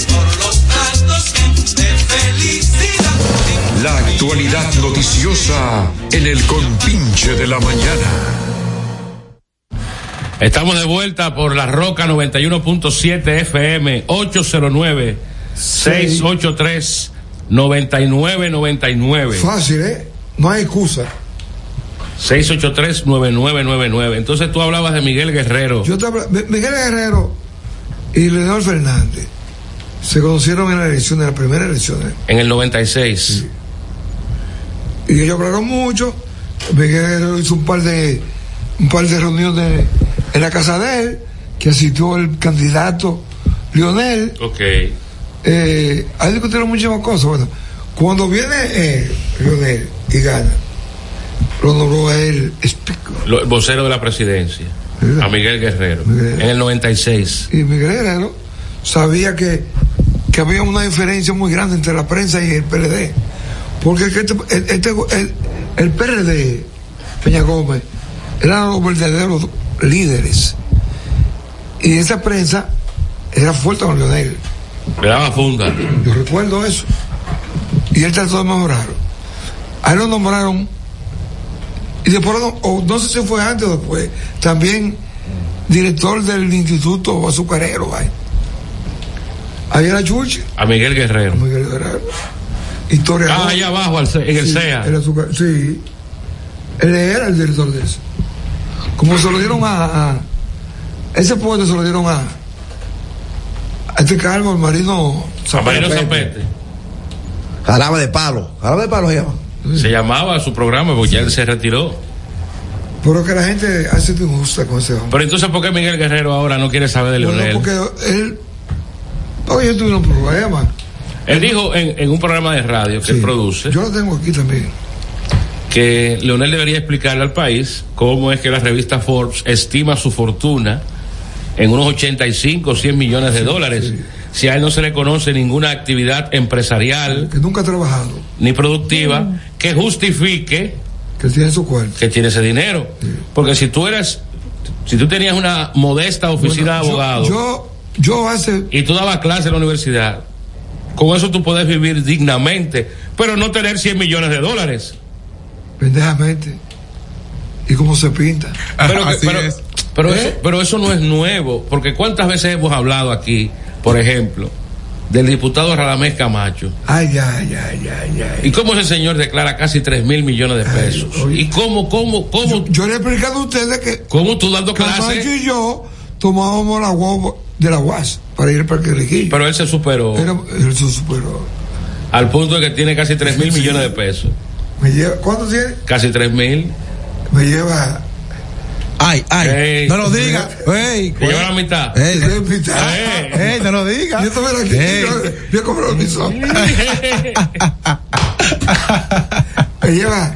Speaker 11: Por los actos de felicidad.
Speaker 3: La actualidad noticiosa en El Compinche de la Mañana.
Speaker 6: Estamos de vuelta por la Roca 91.7 FM 809 683 9999
Speaker 7: Fácil, ¿eh? No hay excusa.
Speaker 6: 683 9999. Entonces tú hablabas de Miguel Guerrero.
Speaker 7: Yo te habla- Mi- Miguel Guerrero y Leonel Fernández se conocieron en las elecciones, en las primeras elecciones.
Speaker 6: En el 96.
Speaker 7: Y ellos hablaron mucho. Miguel Guerrero hizo un par de un par de reuniones en la casa de él, que asistió el candidato Leonel.
Speaker 6: Ok.
Speaker 7: eh, ahí discutieron muchísimas cosas. Bueno, cuando viene eh, Leonel y gana, lo nombró a él speaker.
Speaker 6: Lo- el vocero de la presidencia.
Speaker 7: ¿Verdad?
Speaker 6: A Miguel Guerrero.
Speaker 7: Miguel.
Speaker 6: En el 96.
Speaker 7: Y Miguel Guerrero sabía que, que había una diferencia muy grande entre la prensa y el PLD. Porque el que este- el, este- el- el PRD, Peña Gómez, eran los verdaderos líderes. Y esa prensa era fuerte con Leonel.
Speaker 6: Le daba funda.
Speaker 7: Yo recuerdo eso. Y él trató de mejorar. A él lo nombraron. Y después, lo- o no sé si fue antes o después, también director del Instituto Azucarero. Ahí, ahí era Chuchi.
Speaker 6: A Miguel Guerrero.
Speaker 7: Miguel Guerrero. Historiador.
Speaker 6: Ah, allá abajo, al C- en el
Speaker 7: Sí,
Speaker 6: CEA.
Speaker 7: el Azucar- sí. Él era el director de eso. Como se lo dieron a. a- ese puesto se lo dieron a. A este cargo, el marino
Speaker 6: A Marino Zapete.
Speaker 5: Jarabe de palo. Jarabe de palo se llama.
Speaker 6: Se llamaba su programa porque ya él se retiró.
Speaker 7: Pero que la gente hace sido injusta con ese hombre.
Speaker 6: Pero entonces, ¿por qué Miguel Guerrero ahora no quiere saber de
Speaker 7: Bueno,
Speaker 6: Leonel?
Speaker 7: porque él. Porque yo tuve un problema.
Speaker 6: Él dijo en, en un programa de radio que él
Speaker 7: Sí.
Speaker 6: produce
Speaker 7: Yo lo tengo aquí también.
Speaker 6: que Leonel debería explicarle al país cómo es que la revista Forbes estima su fortuna en unos 85 o 100 millones de dólares. Si a él no se le conoce ninguna actividad empresarial
Speaker 7: que nunca ha trabajado,
Speaker 6: ni productiva, que justifique
Speaker 7: que tiene su cuerpo.
Speaker 6: que tiene ese dinero. Porque si tú eres, si tú tenías una modesta oficina de abogado
Speaker 7: Yo, yo hace.
Speaker 6: y tú dabas clases en la universidad, con eso tú puedes vivir dignamente, pero no tener 100 millones de dólares.
Speaker 7: pendejamente. Y cómo se pinta.
Speaker 6: Pero, que- pero, pero
Speaker 7: ¿Eh?
Speaker 6: eso, pero eso no es nuevo, porque cuántas veces hemos hablado aquí, por ejemplo, del diputado Radamés Camacho.
Speaker 7: Ay, ay, ay, ay, ay.
Speaker 6: ¿Y cómo ese señor declara casi 3 mil millones de pesos? ¿Y cómo, cómo, cómo?
Speaker 7: Yo, le he explicado a ustedes que.
Speaker 6: ¿Cómo tú dando
Speaker 7: Camacho
Speaker 6: clases?
Speaker 7: y yo tomábamos la guagua de la UAS para ir para Quiriquillo.
Speaker 6: Pero él se superó
Speaker 7: Pero él se superó.
Speaker 6: al punto de que tiene casi 3 mil millones de pesos.
Speaker 7: Me lleva, ¿Cuánto tiene?
Speaker 6: Casi 3 mil.
Speaker 7: Me lleva.
Speaker 4: Ay, ay. No lo diga. Ey,
Speaker 7: Pues,
Speaker 4: pues.
Speaker 6: Te lleva la mitad.
Speaker 4: Ey,
Speaker 7: la mitad.
Speaker 6: eh,
Speaker 4: Ey, no lo diga.
Speaker 7: Yo tomé la aquí.
Speaker 4: Ey.
Speaker 7: yo- Yo compré mi sopa. Me lleva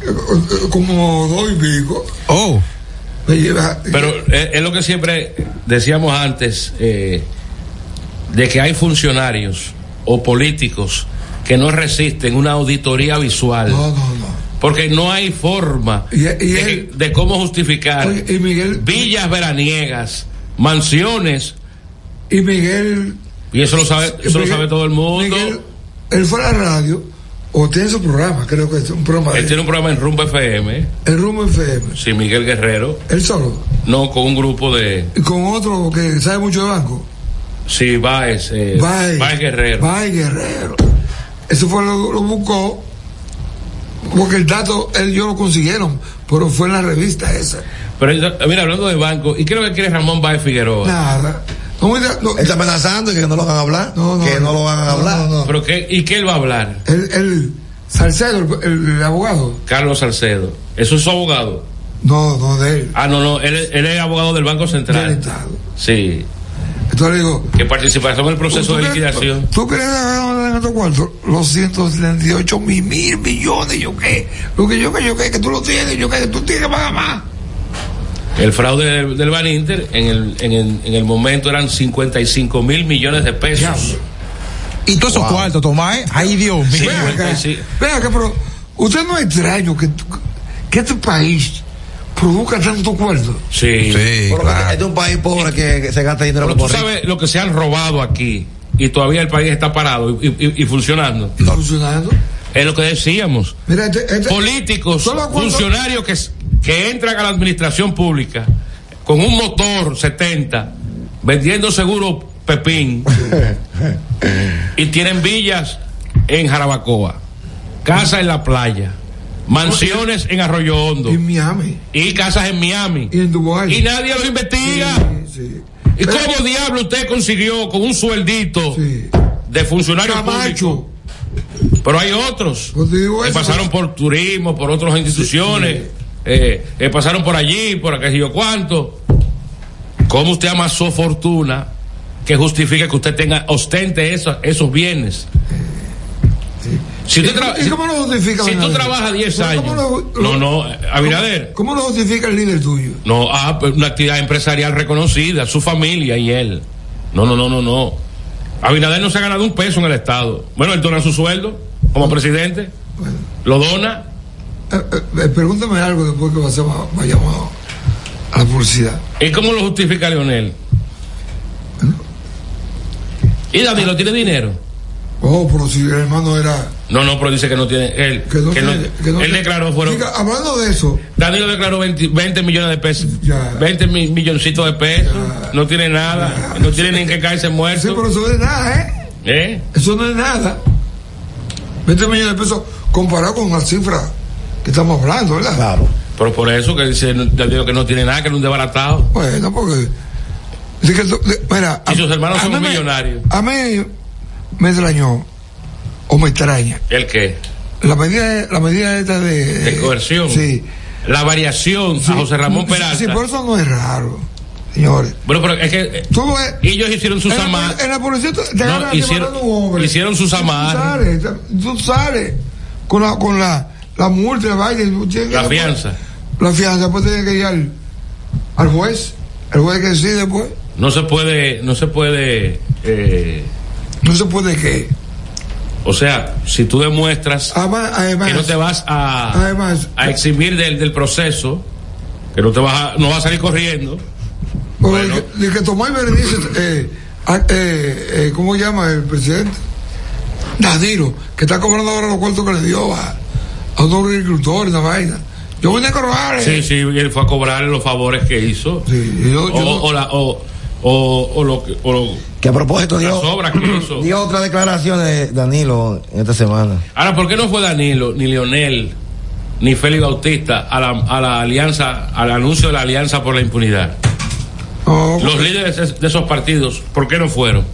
Speaker 7: eh, eh, como dos y pico.
Speaker 4: Oh.
Speaker 7: Me lleva.
Speaker 6: Pero eh, es, es lo que siempre decíamos antes, eh, de que hay funcionarios o políticos que no resisten una auditoría visual.
Speaker 7: No, no, no.
Speaker 6: Porque no hay forma de, de cómo justificar villas veraniegas, mansiones.
Speaker 7: Y Miguel.
Speaker 6: Y eso lo sabe, Eh, eso lo
Speaker 7: Miguel-
Speaker 6: sabe todo el mundo.
Speaker 7: Él fue a la radio o tiene su programa, creo que es un programa.
Speaker 6: Él
Speaker 7: de-
Speaker 6: tiene un programa en Rumba FM,
Speaker 7: El Rumbo FM.
Speaker 6: sin Miguel Guerrero,
Speaker 7: Él solo.
Speaker 6: no con un grupo de.
Speaker 7: Y con otro que sabe mucho de banco.
Speaker 6: Sí, Baez, eh,
Speaker 7: Baez.
Speaker 6: Baez Guerrero.
Speaker 7: Bay Guerrero. Eso fue lo, lo buscó. Porque el dato, él y yo lo consiguieron, pero fue en la revista esa.
Speaker 6: Pero eh, mira, hablando de banco, ¿y qué es lo que quiere Ramón Baez Figueroa?
Speaker 7: Nada. No, mira, no.
Speaker 5: Él está amenazando que no lo hagan hablar. que no, lo hagan hablar.
Speaker 6: ¿Pero qué, ¿Y qué él va a hablar?
Speaker 7: El, el Salcedo, el, el abogado.
Speaker 6: Carlos Salcedo. ¿Eso es su abogado?
Speaker 7: No, no, de él.
Speaker 6: Ah, no, no. Él, es- él es abogado del Banco Central. Sí.
Speaker 7: Entonces le digo.
Speaker 6: Que participación en el proceso de liquidación.
Speaker 7: ¿Tú crees que ganaron en estos cuartos? Los 178 mil, mil millones, yo qué. Lo que yo qué, yo qué, que tú lo tienes, yo qué, que tú tienes que pagar más.
Speaker 6: El fraude del, del Baninter en el, en, el, en el momento eran 55 mil millones de pesos.
Speaker 4: Y todos esos
Speaker 6: Wow.
Speaker 4: cuartos, Tomás. ¿eh? Ay, Dios mío.
Speaker 7: Ven
Speaker 6: Eh,
Speaker 7: acá, ven acá, pero usted no es extraño que, que este país produzca tanto cuarto.
Speaker 6: Sí.
Speaker 5: Porque Este es un país pobre que, que se gasta dinero
Speaker 6: Pero
Speaker 5: como
Speaker 6: tú
Speaker 5: rico.
Speaker 6: sabes lo que se han robado aquí y todavía el país está parado y, y- y funcionando.
Speaker 7: Funcionando.
Speaker 6: Es lo que decíamos.
Speaker 7: Mira, este- este-
Speaker 6: Políticos,
Speaker 7: Solo cuando-
Speaker 6: funcionarios que, s- que entran a la administración pública con un motor 70, vendiendo seguro Pepín y tienen villas en Jarabacoa, casa en la playa, mansiones en Arroyo Hondo.
Speaker 7: En Miami.
Speaker 6: Y casas en Miami.
Speaker 7: Y en Dubái.
Speaker 6: Y nadie lo investiga. ¿Y cómo diablo usted consiguió con un sueldito de funcionario
Speaker 7: Camacho.
Speaker 6: público? Pero hay otros
Speaker 7: Pues
Speaker 6: que pasaron por turismo, por otras instituciones, eh, eh, pasaron por allí, por aquello yo cuánto. ¿Cómo usted amasó fortuna que justifica que usted tenga, ostente esos, esos bienes? Si usted traba-
Speaker 7: ¿Y cómo lo justifica?
Speaker 6: si tú
Speaker 7: Abinader?
Speaker 6: trabajas 10
Speaker 7: ¿Cómo
Speaker 6: años.
Speaker 7: lo- lo-
Speaker 6: No, no, eh, Abinader.
Speaker 7: ¿Cómo lo justifica el líder tuyo?
Speaker 6: No, ah, pues una actividad empresarial reconocida, su familia y él. No, no, no, no, no. Abinader no se ha ganado un peso en el Estado. Bueno, él dona su sueldo como presidente. Lo dona.
Speaker 7: Eh, eh, pregúntame algo después que pasemos- vayamos a la publicidad.
Speaker 6: ¿Y cómo lo justifica Leonel? ¿Y Danilo tiene dinero?
Speaker 7: Oh, pero si el hermano era.
Speaker 6: No, no, pero dice que no tiene. Él,
Speaker 7: Que no
Speaker 6: que no-
Speaker 7: tiene- que no
Speaker 6: él
Speaker 7: tiene-
Speaker 6: declaró fueron.
Speaker 7: Diga, hablando de eso,
Speaker 6: Danilo declaró 20, 20 millones de pesos. 20 mi- milloncitos de pesos. No tiene nada. No tiene ni que caerse muerto.
Speaker 7: pero eso no es nada, ¿eh?
Speaker 6: ¿Eh?
Speaker 7: Eso no es nada. 20 millones de pesos comparado con la cifra que estamos hablando, ¿verdad? Claro.
Speaker 6: Pero por eso que dice Danilo que no tiene nada, que es un desbaratado.
Speaker 7: Bueno, porque. de que tú- de- mira,
Speaker 6: Y sus hermanos son
Speaker 7: mí me-
Speaker 6: millonarios.
Speaker 7: a mí me extrañó, o me extraña,
Speaker 6: ¿El qué?
Speaker 7: la medida, la medida esta de.
Speaker 6: De coerción.
Speaker 7: Sí.
Speaker 6: La variación a José Ramón
Speaker 7: Sí,
Speaker 6: Peralta.
Speaker 7: Sí, por eso no es raro, señores.
Speaker 6: Bueno, pero es que eh, ellos hicieron sus
Speaker 7: en la
Speaker 6: ama-
Speaker 7: poli- en la policía te, te
Speaker 6: No,
Speaker 7: agarran
Speaker 6: hicieron-
Speaker 7: llevando a un hombre.
Speaker 6: hicieron sus
Speaker 7: Tú
Speaker 6: amarres.
Speaker 7: sales, Tú sales con la, con la, la multa, la vaina, y tú tienes que-
Speaker 6: La fianza.
Speaker 7: La fianza, después tiene que ir al, al juez, el juez que decide, pues.
Speaker 6: No se puede, no se puede. eh,
Speaker 7: No se puede que.
Speaker 6: o sea, si tú demuestras que no te vas a,
Speaker 7: Además,
Speaker 6: a eximir del, del proceso, que no te vas a, no vas a salir corriendo.
Speaker 7: Pero el que- el que tomó el Berenice, eh, a- eh, eh, ¿cómo llama el presidente? Danilo, que está cobrando ahora los cuartos que le dio a, a un agricultor, una vaina. Yo vine a cobrar. eh.
Speaker 6: Sí, sí, él fue a cobrar los favores que hizo.
Speaker 7: yo-
Speaker 6: o,
Speaker 7: yo-
Speaker 6: o la- o- o- o lo que. o lo-
Speaker 5: Que a propósito
Speaker 6: las
Speaker 5: dio,
Speaker 6: obras que hizo.
Speaker 5: dio otra declaración de Danilo esta semana.
Speaker 6: Ahora, ¿por qué no fue Danilo, ni Leonel, ni Félix Bautista a la, a la alianza, al anuncio de la alianza por la impunidad? Los líderes es- de esos partidos, ¿por qué no fueron?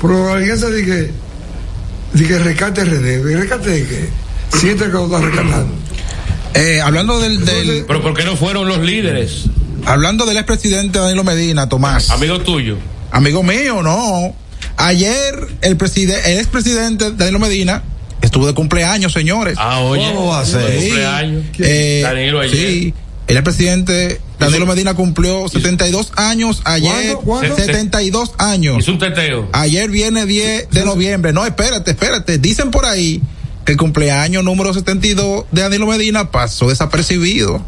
Speaker 7: Pero la alianza de que, de que rescate RD, ¿de rescate de qué? Siente que lo está rescatando.
Speaker 4: eh, hablando del,
Speaker 6: Pero ¿por qué no fueron los líderes,
Speaker 4: Hablando del expresidente Danilo Medina, Tomás.
Speaker 6: amigo tuyo?
Speaker 4: Amigo mío, no. Ayer el, preside- el expresidente Danilo Medina estuvo de cumpleaños, señores.
Speaker 6: Ah, oye,
Speaker 4: ¿Cómo va a
Speaker 6: estuvo
Speaker 4: ser?
Speaker 6: de
Speaker 4: Sí.
Speaker 6: cumpleaños.
Speaker 4: Eh,
Speaker 6: Danilo ayer.
Speaker 4: Sí. El presidente Danilo Medina cumplió 72 años ayer.
Speaker 6: ¿Cuándo? ¿Cuándo?
Speaker 4: 72 años.
Speaker 6: Hizo un teteo.
Speaker 4: Ayer viene 10 de noviembre. No, espérate, espérate. Dicen por ahí que el cumpleaños número 72 de Danilo Medina pasó desapercibido.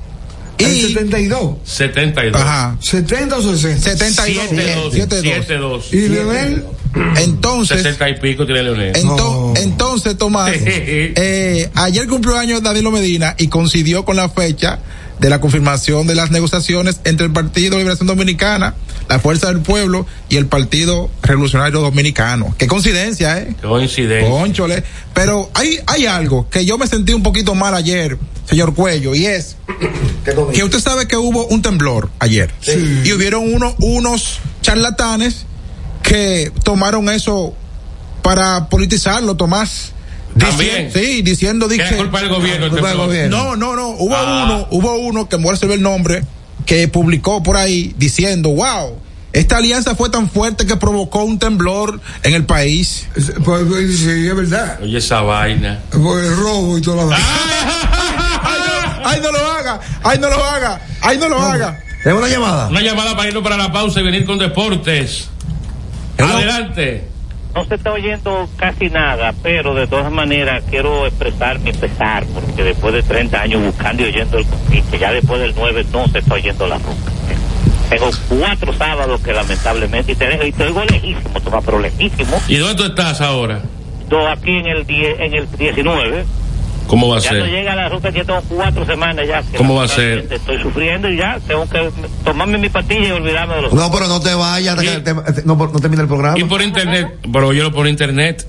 Speaker 4: Y,
Speaker 7: ¿El 72?
Speaker 6: 72.
Speaker 4: Ajá.
Speaker 7: ¿70 o 60?
Speaker 4: 72.
Speaker 6: 7-2.
Speaker 4: 72.
Speaker 6: 7-2. ¿Y
Speaker 7: Leonel?
Speaker 4: Entonces. Eh.
Speaker 6: 60 y pico tiene Leonel.
Speaker 4: Ento- Entonces, Tomás, eh, ayer cumplió años Danilo Medina y coincidió con la fecha de la confirmación de las negociaciones entre el Partido de Liberación Dominicana, la Fuerza del Pueblo y el Partido Revolucionario Dominicano. Qué coincidencia, ¿eh?
Speaker 6: Coincidencia.
Speaker 4: Cónchole. Pero hay, hay algo que yo me sentí un poquito mal ayer, señor Cuello, y es que usted sabe que hubo un temblor ayer. Y hubieron uno- unos charlatanes que tomaron eso para politizarlo, Tomás.
Speaker 6: También.
Speaker 4: Dicien- sí, diciendo
Speaker 6: Que
Speaker 4: dije,
Speaker 6: era culpa del gobierno, el
Speaker 4: culpa del
Speaker 6: temblor.
Speaker 4: gobierno. No, no, no. Hubo
Speaker 6: Ah.
Speaker 4: uno, hubo uno que me voy a saber el nombre, que publicó por ahí diciendo, wow, esta alianza fue tan fuerte que provocó un temblor en el país.
Speaker 7: pues, sí, es verdad.
Speaker 4: Oh.
Speaker 6: Oye, esa vaina.
Speaker 7: Por el robo y toda la
Speaker 4: ¡Ay, no lo haga! ¡Ay, no lo haga! ¡Ay, no lo haga!
Speaker 5: ¿Es una llamada?
Speaker 6: Una llamada para irnos para la pausa y venir con deportes. Adelante.
Speaker 12: No se está oyendo casi nada, pero de todas maneras quiero expresar mi pesar, porque después de 30 años buscando y oyendo el compinche, ya después del 9 no se está oyendo la rumba. Tengo cuatro sábados que lamentablemente, y te, dejo- y te oigo lejísimo, Tomás, pero lejísimo.
Speaker 6: ¿Y dónde tú estás ahora?
Speaker 12: Yo aquí en el, 10 en el 19,
Speaker 6: ¿Cómo va a
Speaker 12: ya no
Speaker 6: ser?
Speaker 12: llega la ruta, ya tengo cuatro semanas ya. que
Speaker 6: ¿Cómo va a ser?
Speaker 12: lamentablemente Estoy sufriendo y ya tengo que tomarme mi pastilla y olvidarme de los...
Speaker 5: No, pero no te vayas hasta que el tema- no, Ah, no termine el programa.
Speaker 6: Y por internet. Pero yo lo por internet.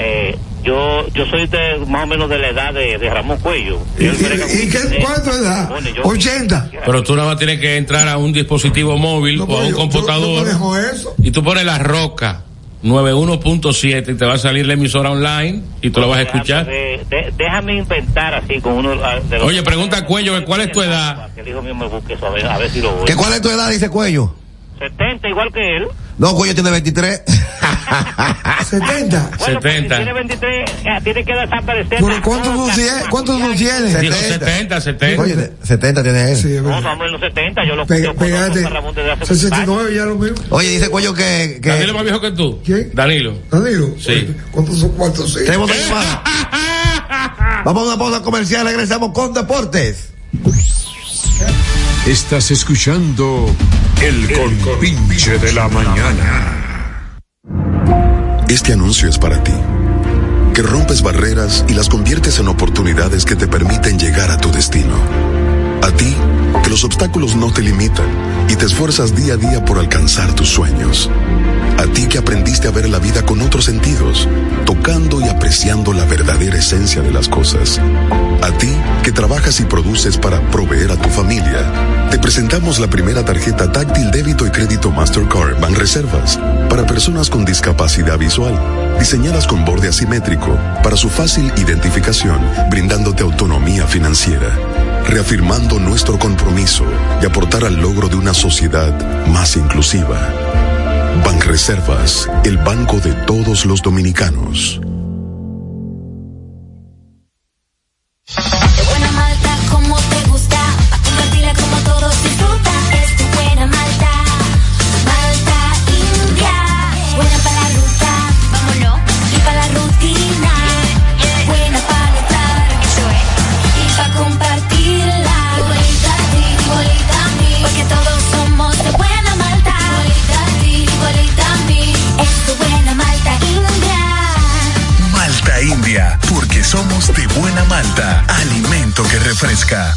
Speaker 12: Eh, yo, yo soy de, más o menos de la edad de, de Ramón Cuello.
Speaker 7: ¿Y, y- y qué, cuánto edad? 80.
Speaker 6: Pero tú nada más tienes que entrar a un dispositivo móvil
Speaker 7: pues,
Speaker 6: o a un computador.
Speaker 7: Dejo eso.
Speaker 6: y tú pones la roca 91.7 y te va a salir la emisora online y tú la vas a escuchar.
Speaker 12: Eh, de- déjame inventar así con uno ah, de los-
Speaker 6: Oye, pregunta a Cuello que cuál es tu edad.
Speaker 12: que el hijo mío me busque eso, a ver, a ver si lo voy.
Speaker 5: ¿Que ¿Cuál es tu edad? Dice Cuello.
Speaker 12: 70 igual que él.
Speaker 5: No, Cuello tiene 23.
Speaker 7: 70.
Speaker 12: Bueno, pues, si
Speaker 5: 70.
Speaker 12: tiene 23, eh, tiene que desaparecer.
Speaker 5: Pero ¿cuántos tú tienes? ¿Cuántos tú tienes?
Speaker 6: Dijo 70, 70.
Speaker 5: Oye, 70 tiene él.
Speaker 12: No, estamos en los 70, yo lo
Speaker 5: Pe-
Speaker 12: yo conozco
Speaker 5: pégate.
Speaker 12: a Ramón desde hace
Speaker 7: 69 ya lo mismo.
Speaker 5: Oye, dice Cuello que. que
Speaker 6: Danilo más viejo que tú. Danilo.
Speaker 7: Danilo.
Speaker 6: Sí.
Speaker 7: ¿Cuántos son cuántos? Sí.
Speaker 5: Tenemos otra llamada. Vamos a una pausa comercial, regresamos con deportes.
Speaker 3: Estás escuchando El, Compinche de la Mañana.
Speaker 2: Este anuncio es para ti, que rompes barreras y las conviertes en oportunidades que te permiten llegar a tu destino. A ti, que los obstáculos no te limitan y te esfuerzas día a día por alcanzar tus sueños. A ti que aprendiste a ver la vida con otros sentidos, tocando y apreciando la verdadera esencia de las cosas. A ti que trabajas y produces para proveer a tu familia, te presentamos la primera tarjeta táctil débito y crédito Mastercard Banreservas para personas con discapacidad visual, diseñadas con borde asimétrico para su fácil identificación, brindándote autonomía financiera, reafirmando nuestro compromiso de aportar al logro de una sociedad más inclusiva. Banreservas, el banco de todos los dominicanos.
Speaker 9: refresca.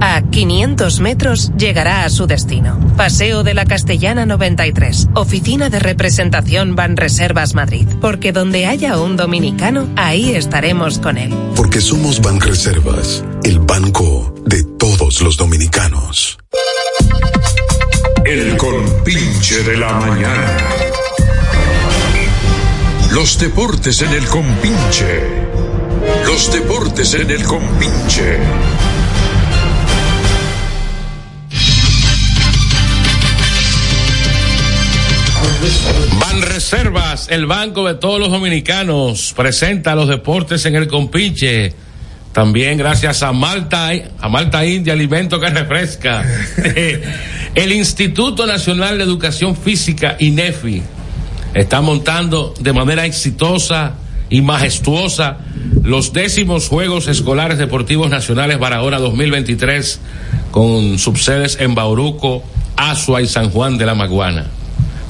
Speaker 1: A 500 metros llegará a su destino. Paseo de la Castellana 93, Oficina de Representación Banreservas Madrid. Porque donde haya un dominicano, ahí estaremos con él.
Speaker 2: Porque somos Banreservas, el banco de todos los dominicanos.
Speaker 3: El compinche de la mañana. Los deportes en el compinche. Los deportes en el compinche.
Speaker 6: Van Reservas, el banco de todos los dominicanos, presenta los deportes en el compinche. También gracias a Malta, a Malta India, alimento que refresca. el Instituto Nacional de Educación Física, INEFI, está montando de manera exitosa y majestuosa los décimos Juegos Escolares Deportivos Nacionales Barahona 2023 con subsedes en Bauruco, Asua y San Juan de la Maguana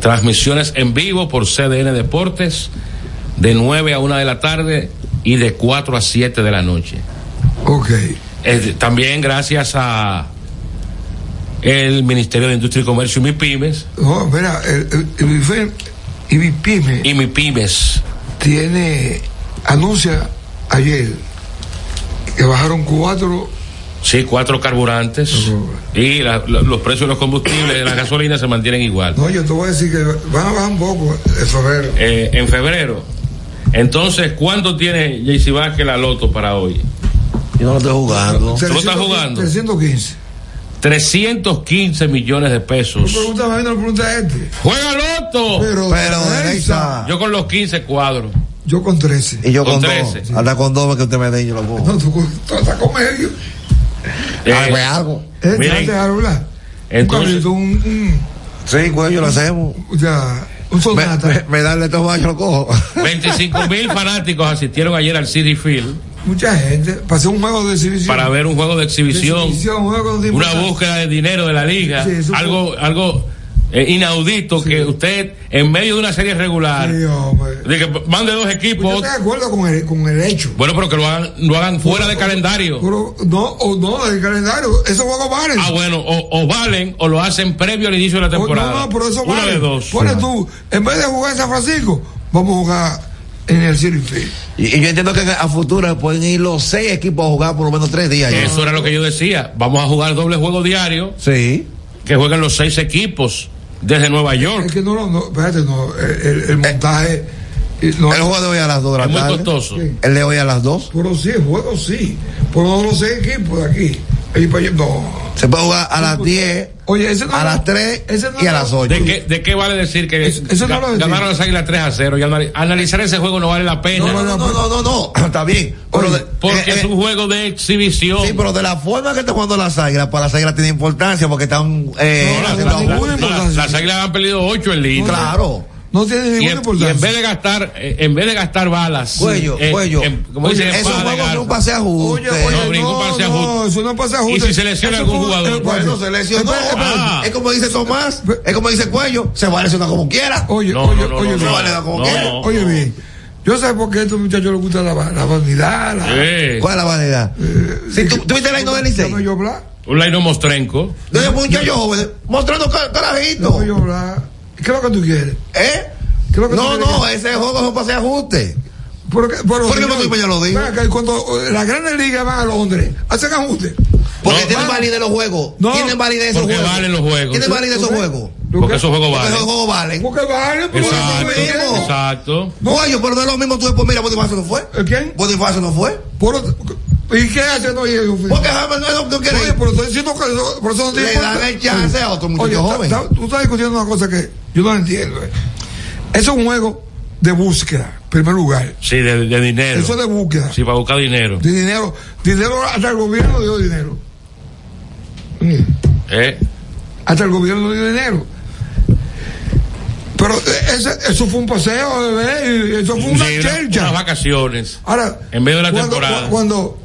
Speaker 6: transmisiones en vivo por CDN Deportes de 9 a 1 de la tarde y de 4 a 7 de la noche.
Speaker 7: Ok.
Speaker 6: Eh, también gracias a el Ministerio de Industria y Comercio y MIPIMES.
Speaker 7: No, mira, el, el- el Bife- y mi pyme.
Speaker 6: Y mi pymes.
Speaker 7: Tiene, anuncia ayer que bajaron cuatro.
Speaker 6: Sí, cuatro carburantes. Y la- lo- los precios de los combustibles de la gasolina se mantienen igual.
Speaker 7: No, yo te voy a decir que van a bajar un poco en febrero.
Speaker 6: Eh, en febrero. Entonces, ¿cuánto tiene JC Vázquez la loto para hoy?
Speaker 5: Yo no lo estoy jugando.
Speaker 6: ¿Tú lo estás jugando?
Speaker 7: 315.
Speaker 6: 315 millones de pesos.
Speaker 7: Pregunta, a mí no le pregunta a este.
Speaker 6: ¡Juega Loto!
Speaker 7: Pero,
Speaker 6: Yo con los 15 cuadros.
Speaker 7: Yo con 13.
Speaker 5: Y yo
Speaker 6: Con
Speaker 5: con,
Speaker 6: trece.
Speaker 5: dos. Hasta con dos que usted me dé, yo lo pongo.
Speaker 7: No, tú, tú estás con medio.
Speaker 6: Eh,
Speaker 5: Ah, pues algo.
Speaker 7: Eh,
Speaker 5: Miren,
Speaker 7: déjate dejar hablar.
Speaker 5: entonces-
Speaker 7: un cabrito, un, un-
Speaker 5: Sí, cuello lo hacemos.
Speaker 7: Ya, un soldado.
Speaker 5: Me, me dan de tomar, yo lo cojo.
Speaker 6: 25 mil fanáticos asistieron ayer al City Field
Speaker 7: Mucha gente. Pasé un juego de exhibición.
Speaker 6: para ver un juego de
Speaker 7: De
Speaker 6: exhibición,
Speaker 7: exhibición, un juego de
Speaker 6: una
Speaker 7: importancia.
Speaker 6: búsqueda de dinero de la liga,
Speaker 7: Sí, eso fue-
Speaker 6: algo, algo eh, inaudito que usted en medio de una serie regular,
Speaker 7: Sí, hombre.
Speaker 6: de que mande dos equipos,
Speaker 7: Pues Yo estoy de acuerdo con el, con el hecho.
Speaker 6: bueno, pero que lo hagan, lo hagan fuera de calendario.
Speaker 7: Pero no, o no, del calendario. Esos juegos valen.
Speaker 6: Ah, bueno, o, o valen o lo hacen previo al inicio de la temporada.
Speaker 7: Pues No, no, pero eso
Speaker 6: Una
Speaker 7: vale. Pues
Speaker 6: de dos.
Speaker 7: Pone tú, en vez de jugar en San Francisco, vamos a jugar en el City Field.
Speaker 5: Y, y yo entiendo que a futuro pueden ir los seis equipos a jugar por lo menos tres días. ya.
Speaker 6: Eso era lo que yo decía. Vamos a jugar doble juego diario.
Speaker 5: Sí.
Speaker 6: Que jueguen los seis equipos desde Nueva York.
Speaker 7: Es que no, lo- no, espérate, no, el, el- el montaje. eh, no.
Speaker 5: El juego de hoy a las dos de la
Speaker 6: Es muy
Speaker 5: tarde.
Speaker 6: costoso.
Speaker 5: El de hoy a las dos.
Speaker 7: Pero sí, el juego sí. Por no los seis equipos de aquí. Ahí para allá, no.
Speaker 5: Se puede jugar a las 10,
Speaker 7: Oye, ese no
Speaker 5: a
Speaker 7: lo-
Speaker 5: las 3
Speaker 7: ese no
Speaker 5: y a
Speaker 7: lo-
Speaker 5: las 8.
Speaker 6: ¿De qué, ¿De qué vale decir que
Speaker 7: eso no
Speaker 6: ga-
Speaker 7: lo decía.
Speaker 6: ganaron las águilas 3 a 0? Y anali- analizar ese juego no vale la pena.
Speaker 5: No, no, no, no, no, no. Está bien. Pero de-
Speaker 6: Porque
Speaker 5: eh,
Speaker 6: es
Speaker 5: eh,
Speaker 6: un juego de exhibición.
Speaker 5: Sí, pero de la forma que está jugando las águilas, para las águilas tiene importancia porque están. Eh,
Speaker 6: No, la-
Speaker 5: haciendo
Speaker 6: la-
Speaker 5: una
Speaker 6: la-
Speaker 5: buena
Speaker 6: no, la-
Speaker 5: importancia.
Speaker 6: las águilas han perdido 8 en liga.
Speaker 5: Claro.
Speaker 7: No tiene
Speaker 6: Y
Speaker 7: ninguna
Speaker 6: en, y
Speaker 7: importancia.
Speaker 6: en vez de gastar, eh, en vez de gastar balas,
Speaker 5: pues, Cuello,
Speaker 6: eh,
Speaker 5: cuello.
Speaker 6: en- como dicen, en
Speaker 5: Esos
Speaker 6: pala de
Speaker 5: juegos
Speaker 6: garza.
Speaker 5: son un pase a
Speaker 7: Oye, oye,
Speaker 6: No, brincó para hacer
Speaker 7: no,
Speaker 6: ajuste.
Speaker 7: eso no pasa
Speaker 6: Y
Speaker 7: ajuste.
Speaker 6: si se lesiona
Speaker 7: Eso
Speaker 6: algún
Speaker 7: fue-
Speaker 6: jugador.
Speaker 7: eh,
Speaker 5: Bueno,
Speaker 7: bueno,
Speaker 5: se lesionó.
Speaker 7: espérate, espérate.
Speaker 6: Ah.
Speaker 5: Es como dice Tomás, es como dice Cuello, se va a lesionar como quiera.
Speaker 7: Oye,
Speaker 6: No,
Speaker 7: oye,
Speaker 6: no, no,
Speaker 7: oye,
Speaker 6: no,
Speaker 5: se
Speaker 7: bien.
Speaker 5: va a lesionar como
Speaker 6: No.
Speaker 5: quiera.
Speaker 7: Oye, bien. Yo sé por qué a estos muchachos les gusta la, va- la vanidad. La,
Speaker 6: Eh,
Speaker 5: ¿Cuál es la vanidad? Si tú, ¿tú viste la himno del Licey.
Speaker 7: Dame yo hablar.
Speaker 6: un Laino Mostrenco.
Speaker 5: No es muchacho joven, mostrando car- carajito.
Speaker 7: Dame yo hablar. ¿Qué es lo que tú quieres?
Speaker 5: ¿Eh?
Speaker 7: ¿Qué es lo que
Speaker 5: No,
Speaker 7: tú quieres?
Speaker 5: no, ese juego es un pase de ajuste.
Speaker 7: ¿Por qué? Pero,
Speaker 5: ¿Por qué
Speaker 7: señor,
Speaker 5: no tú me ya lo digo?
Speaker 7: ven acá, y cuando eh, las grandes ligas van a Londres, hacen ajuste.
Speaker 5: Porque
Speaker 6: No,
Speaker 5: tienen
Speaker 6: vale.
Speaker 5: validez los juegos.
Speaker 7: No,
Speaker 5: tienen validez esos
Speaker 6: porque
Speaker 5: juegos.
Speaker 6: valen los juegos.
Speaker 5: Tienen validez esos
Speaker 7: ¿Tú ves?
Speaker 5: juegos.
Speaker 6: Porque esos juegos
Speaker 5: Porque
Speaker 6: valen.
Speaker 5: esos juegos valen.
Speaker 7: Porque valen,
Speaker 5: porque eso
Speaker 6: Exacto,
Speaker 5: es lo mismo.
Speaker 6: exacto.
Speaker 5: Guayo, pero no es lo mismo tú después, mira, Bonifacio no fue.
Speaker 7: ¿Eh, ¿Quién?
Speaker 5: Bonifacio no fue.
Speaker 7: ¿Y qué hace no llega?
Speaker 5: Porque James no, no quiere
Speaker 7: Oye,
Speaker 5: ir.
Speaker 7: pero estoy diciendo que eso- por eso no te
Speaker 5: Le
Speaker 7: importa.
Speaker 5: dan el chance a otro muchacho
Speaker 7: Oye,
Speaker 5: joven.
Speaker 7: está- está- tú estás discutiendo una cosa que yo no entiendo. eh. Eso es un juego de búsqueda, en primer lugar.
Speaker 6: Sí, de, de dinero.
Speaker 7: Eso es de búsqueda.
Speaker 6: Sí, para buscar dinero.
Speaker 7: De dinero. Dinero hasta el gobierno dio dinero.
Speaker 6: ¿Eh?
Speaker 7: Hasta el gobierno dio dinero. Pero eh, ese- eso fue un paseo, bebé, y eso fue una
Speaker 6: Sí, una-
Speaker 7: chelcha.
Speaker 6: unas vacaciones.
Speaker 7: Ahora,
Speaker 6: En medio de la
Speaker 7: cuando,
Speaker 6: temporada.
Speaker 7: cu- Cuando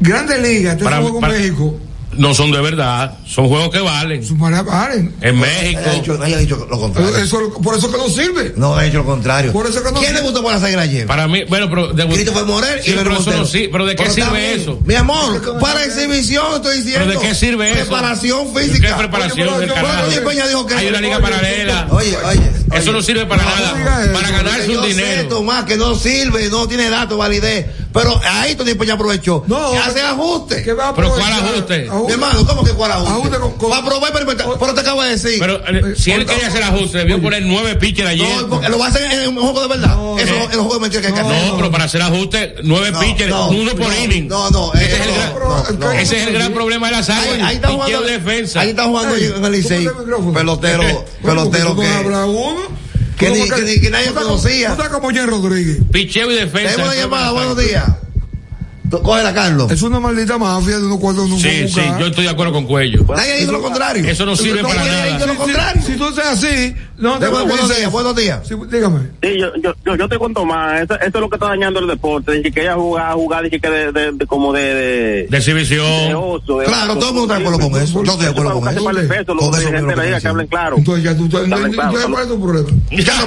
Speaker 7: Grandes Ligas, te
Speaker 6: Para-
Speaker 7: jugó con
Speaker 6: para-
Speaker 7: México,
Speaker 6: No son de verdad, son juegos que valen.
Speaker 7: para- paren.
Speaker 6: En
Speaker 5: Haya
Speaker 6: México.
Speaker 5: dicho, haya dicho lo contrario.
Speaker 7: Eso- por eso que no sirve.
Speaker 5: No, ha hecho lo contrario.
Speaker 7: Por eso que no
Speaker 5: ¿Quién
Speaker 7: sirve.
Speaker 5: debutó por las águilas ayer?
Speaker 6: Para mí, bueno, pero. De,
Speaker 5: Christopher Morel
Speaker 6: Pues, Sí,
Speaker 5: y
Speaker 6: pero
Speaker 5: Vero
Speaker 6: eso no
Speaker 5: Montero.
Speaker 6: sí, pero ¿de qué
Speaker 5: Pero está
Speaker 6: sirve
Speaker 5: bien.
Speaker 6: eso?
Speaker 5: Mi amor, para exhibición estoy diciendo.
Speaker 6: ¿Pero de qué sirve eso?
Speaker 5: Preparación
Speaker 6: ¿Qué
Speaker 5: física.
Speaker 6: preparación
Speaker 5: Oye,
Speaker 6: del
Speaker 5: pero
Speaker 6: carajo?
Speaker 5: Antonio Peña dijo que
Speaker 6: Hay una liga
Speaker 5: Oye,
Speaker 6: paralela.
Speaker 5: Oye, oye.
Speaker 6: Eso no sirve para nada.
Speaker 5: Oye,
Speaker 6: para ganarse
Speaker 5: yo
Speaker 6: un
Speaker 5: sé,
Speaker 6: dinero.
Speaker 5: Tomás, que no sirve, no tiene datos, validez. Pero ahí Tony Peña aprovechó. No. hace ajuste.
Speaker 7: va a
Speaker 6: Pero ¿cuál
Speaker 5: aprovechar?
Speaker 6: ajuste?
Speaker 5: Mi hermano, ¿cómo que cuál ajuste? Va a probar, pero, pero te acabo de decir.
Speaker 6: Pero eh, si él quería hacer ajuste, debió poner nueve pitchers ayer.
Speaker 5: No, porque lo va a hacer en un juego de verdad. Eso no, es un juego de mentira que hay que hacer.
Speaker 6: eh. No, pero para hacer ajuste, nueve
Speaker 5: No,
Speaker 6: pitchers,
Speaker 5: no,
Speaker 6: uno por
Speaker 5: no,
Speaker 6: inning.
Speaker 5: No, no, eh,
Speaker 6: ese es el
Speaker 5: no,
Speaker 6: gran,
Speaker 5: no, no.
Speaker 6: ese es el gran problema de las
Speaker 5: Ahí,
Speaker 6: águilas.
Speaker 5: ahí está
Speaker 6: ¿Y
Speaker 5: jugando.
Speaker 6: quién defensa?
Speaker 5: Ahí está jugando en el Licey. Pelotero, pelotero
Speaker 7: ¿Cómo
Speaker 5: que.
Speaker 7: habrá uno?
Speaker 5: que
Speaker 7: ¿Cómo
Speaker 5: ni- que ni- que nadie
Speaker 7: tú estás
Speaker 5: conocía.
Speaker 7: como- tú estás como Jen Rodríguez.
Speaker 6: Picheo y defensa.
Speaker 5: Tenemos una
Speaker 6: eso es
Speaker 5: llamada,
Speaker 6: verdad.
Speaker 5: buenos días. Tú- Cógela, Carlos.
Speaker 7: Es una maldita mafia de unos cuartos de un
Speaker 6: Sí, sí, yo estoy de acuerdo con Cuello.
Speaker 5: Nadie dijo lo contrario.
Speaker 6: Eso no sirve para
Speaker 5: Nadie
Speaker 6: nada.
Speaker 5: dijo lo contrario.
Speaker 7: Si tú haces así, no te
Speaker 5: Buenos
Speaker 7: puedes-
Speaker 5: días, buenos días.
Speaker 7: Sí, dígame.
Speaker 12: Sí, yo, yo, yo, yo te cuento más. Eso, eso es lo que está dañando el deporte. Dije que ella jugaba, jugaba, dije que de, de- de- como de, de,
Speaker 6: De
Speaker 12: de
Speaker 6: exhibición.
Speaker 12: oso. de
Speaker 5: Claro,
Speaker 12: oso.
Speaker 5: todo el mundo está de acuerdo con eso. Yo estoy de acuerdo con
Speaker 12: Para
Speaker 5: eso.
Speaker 12: buscarse par de pesos,
Speaker 5: Con
Speaker 12: los
Speaker 5: eso
Speaker 12: dirigentes de la liga que hablen claro.
Speaker 7: Entonces ya tú estás.
Speaker 12: Dale,
Speaker 7: entonces,
Speaker 12: claro,
Speaker 7: entonces,
Speaker 12: dale.
Speaker 7: ¿Cuál es tu problema?
Speaker 5: Ya Eh, está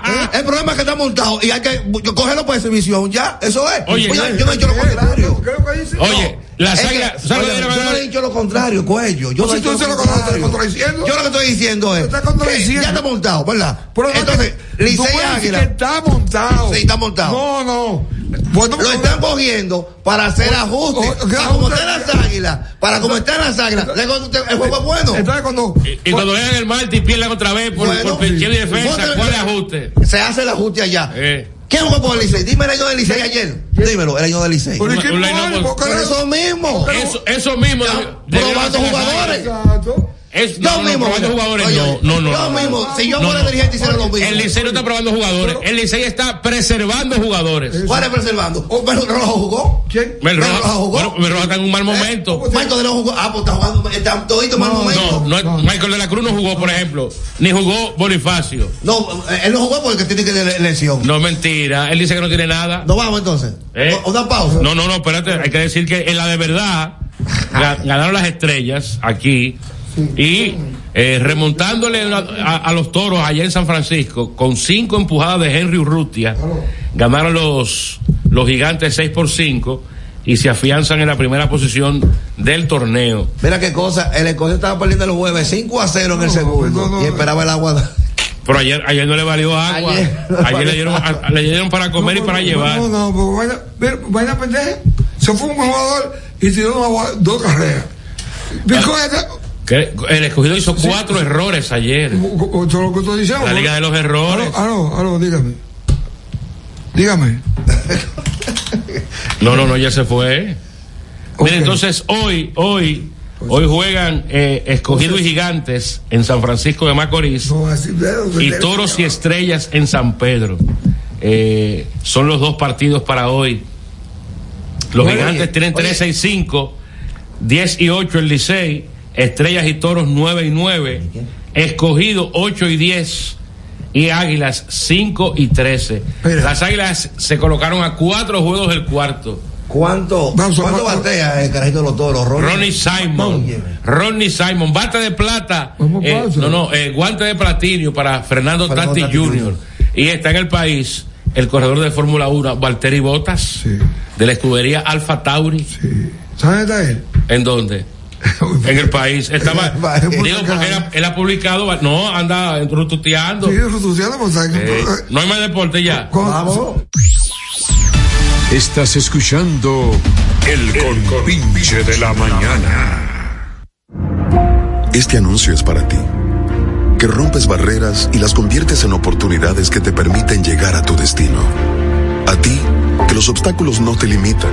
Speaker 5: montado. El problema es que está montado y hay que yo, cogerlo por exhibición, ya, eso es.
Speaker 6: Oye,
Speaker 5: yo, no he dicho lo contrario.
Speaker 7: ¿Qué es lo que dice?
Speaker 6: Oye, las
Speaker 5: Es que-
Speaker 6: águilas. ¿sabes lo que
Speaker 5: oye, yo
Speaker 6: dieron a
Speaker 5: no
Speaker 6: ganar?
Speaker 5: he dicho lo contrario, cuello. Yo
Speaker 7: No,
Speaker 5: no he
Speaker 7: si tú
Speaker 5: dicho lo
Speaker 7: dices lo contrario,
Speaker 5: contrario.
Speaker 7: estás contradiciendo.
Speaker 5: Yo lo que estoy diciendo es.
Speaker 7: Estás
Speaker 5: que
Speaker 7: contradiciendo.
Speaker 5: Ya está montado, ¿verdad?
Speaker 7: Pero no
Speaker 5: Entonces,
Speaker 7: te- tú
Speaker 5: Licey
Speaker 7: puedes decir
Speaker 5: Águila.
Speaker 7: que está montado.
Speaker 5: Sí, está montado.
Speaker 7: No, no. Pues Bueno,
Speaker 5: Lo están cogiendo para hacer ajustes.
Speaker 7: o- ¿qué
Speaker 5: para como
Speaker 7: ajuste?
Speaker 5: están las águilas. Para como están las águilas. luego te- El juego es pues, bueno.
Speaker 7: Entonces cuando. pues,
Speaker 6: Y cuando le dan el martes y pierden otra vez por,
Speaker 5: Bueno,
Speaker 6: por picheo y
Speaker 5: sí.
Speaker 6: defensa,
Speaker 5: Bueno,
Speaker 6: ¿cuál
Speaker 5: eh,
Speaker 6: es ajuste?
Speaker 5: Se hace el ajuste allá.
Speaker 6: Eh.
Speaker 5: ¿Quién jugó por el Licey? Dime el año del Licey ayer. Dímelo, el año del Licey.
Speaker 7: Pero ¿y qué
Speaker 6: Un line-up
Speaker 7: mal?
Speaker 6: por-
Speaker 7: ¿Por qué
Speaker 5: Pero
Speaker 7: no?
Speaker 5: eso mismo.
Speaker 6: Eso, eso mismo.
Speaker 5: Ya,
Speaker 6: debieron
Speaker 5: probando
Speaker 6: hacer las
Speaker 5: jugadores.
Speaker 6: águilas.
Speaker 7: Exacto.
Speaker 6: Es,
Speaker 5: Yo
Speaker 6: no, no,
Speaker 5: mismo.
Speaker 6: probando
Speaker 5: mira.
Speaker 6: jugadores.
Speaker 5: Oye,
Speaker 6: no, no, no.
Speaker 5: Yo
Speaker 6: no.
Speaker 5: mismo. Si yo
Speaker 6: No,
Speaker 5: fuera
Speaker 6: no.
Speaker 5: dirigente, hiciera lo mismo.
Speaker 6: El Licey no está probando jugadores. El Licey está preservando jugadores.
Speaker 5: ¿Cuál es preservando? Oh, pero no lo jugó.
Speaker 7: ¿Quién?
Speaker 6: Mel
Speaker 5: Eh, Pero Eh,
Speaker 6: Rojas,
Speaker 5: lo jugó.
Speaker 6: bueno, Mel Rojas está en un mal momento.
Speaker 5: Michael de no jugó. Ah, pues está jugando. Está todito mal
Speaker 6: No,
Speaker 5: momento.
Speaker 6: no, Michael de la Cruz no jugó, por ejemplo. Ni jugó Bonifacio.
Speaker 5: No, eh, él no jugó porque tiene que le- lesión.
Speaker 6: No, mentira. Él dice que no tiene nada.
Speaker 5: Nos vamos entonces.
Speaker 6: ¿Eh?
Speaker 5: O- Una pausa.
Speaker 6: No, no, no, espérate. Hay que decir que en la de verdad ga- ganaron las estrellas aquí y eh, remontándole una- a, a los toros allá en San Francisco con cinco empujadas de Henry Urrutia, ganaron los, los gigantes 6 por 5 y se afianzan en la primera posición del torneo.
Speaker 5: Mira qué cosa. El escocio estaba perdiendo el jueves 5 a 0 en el segundo.
Speaker 7: no, no.
Speaker 5: y esperaba el agua.
Speaker 6: Pero ayer, ayer no le valió agua.
Speaker 5: Ayer
Speaker 6: Ayer,
Speaker 5: no
Speaker 6: le, dieron, a- le dieron para comer y para llevar.
Speaker 7: No, no, pero vaina, mira, vaina pendeja. Se fue un jugador y tiró una gua- dos carreras.
Speaker 6: Ah.
Speaker 7: Dijo esta-
Speaker 6: Que El escogido hizo cuatro errores ayer.
Speaker 7: o- o- todo lo que estoy diciendo.
Speaker 6: La liga de los errores.
Speaker 7: Aló, aló, aló, dígame. Dígame.
Speaker 6: No, no, no, ya se fue.
Speaker 7: Ok.
Speaker 6: Mira, entonces hoy, hoy, hoy juegan eh, escogido y gigantes en San Francisco de Macorís
Speaker 7: No, así, pero-
Speaker 6: y toros y estrellas en San Pedro. Eh, son los dos partidos para hoy. Los
Speaker 5: Oye,
Speaker 6: gigantes tienen
Speaker 5: oye.
Speaker 6: 13 y 5, 10 y 8 el Licey, estrellas y toros 9 y 9, escogido 8 y 10 y águilas 5 y 13.
Speaker 7: Mira.
Speaker 6: Las águilas se colocaron a cuatro juegos del cuarto.
Speaker 5: ¿Cuánto,
Speaker 7: Vamos,
Speaker 5: ¿cuánto
Speaker 7: vamos.
Speaker 5: batea el carajito de los toros? Ronnie?
Speaker 6: Ronnie Simon. Ronnie Simon, bata de plata.
Speaker 7: Vamos,
Speaker 6: eh,
Speaker 7: pausa.
Speaker 6: no, no, eh, guante de platinio para Fernando,
Speaker 5: Fernando
Speaker 6: Tati,
Speaker 5: Tati
Speaker 6: Jr.
Speaker 5: Jr..
Speaker 6: Y está en el país el corredor de Fórmula 1, Valtteri Botas,
Speaker 7: Sí.
Speaker 6: de la escudería Alfa Tauri.
Speaker 7: ¿Sabes dónde está él?
Speaker 6: ¿En dónde? en el país. Estaba,
Speaker 5: En el
Speaker 6: digo, porque él, ha- él ha publicado, no, anda rututeando.
Speaker 7: Sigue resuciando, pues, ¿sabes?
Speaker 6: Eh, no hay más deporte ya.
Speaker 7: Con-
Speaker 5: Vamos.
Speaker 3: Estás escuchando El Compinche de la Mañana.
Speaker 2: Este anuncio es para ti, que rompes barreras y las conviertes en oportunidades que te permiten llegar a tu destino. A ti, que los obstáculos no te limitan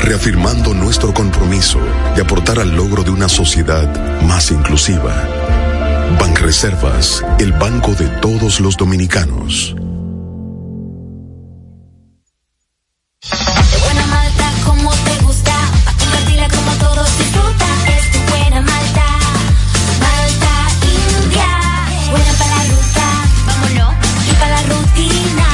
Speaker 2: reafirmando nuestro compromiso de aportar al logro de una sociedad más inclusiva. Banreservas, el banco de todos los dominicanos.
Speaker 8: Qué buena malta, como te gusta, pa' compartirla como todos disfrutan. Es tu buena malta, malta india. Buena para la ruta, vámonos, y para la rutina.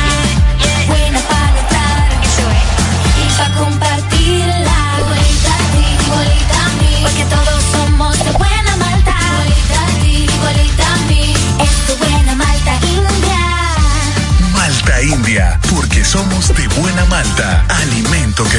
Speaker 8: Buena para notar, eso es. Y para compartirla. Igualita a ti, igualita a mí. Porque todos somos de buena malta. Igualita a ti, igualita a mí. Es tu buena malta india.
Speaker 9: Malta India, porque somos de buena malta, alimento que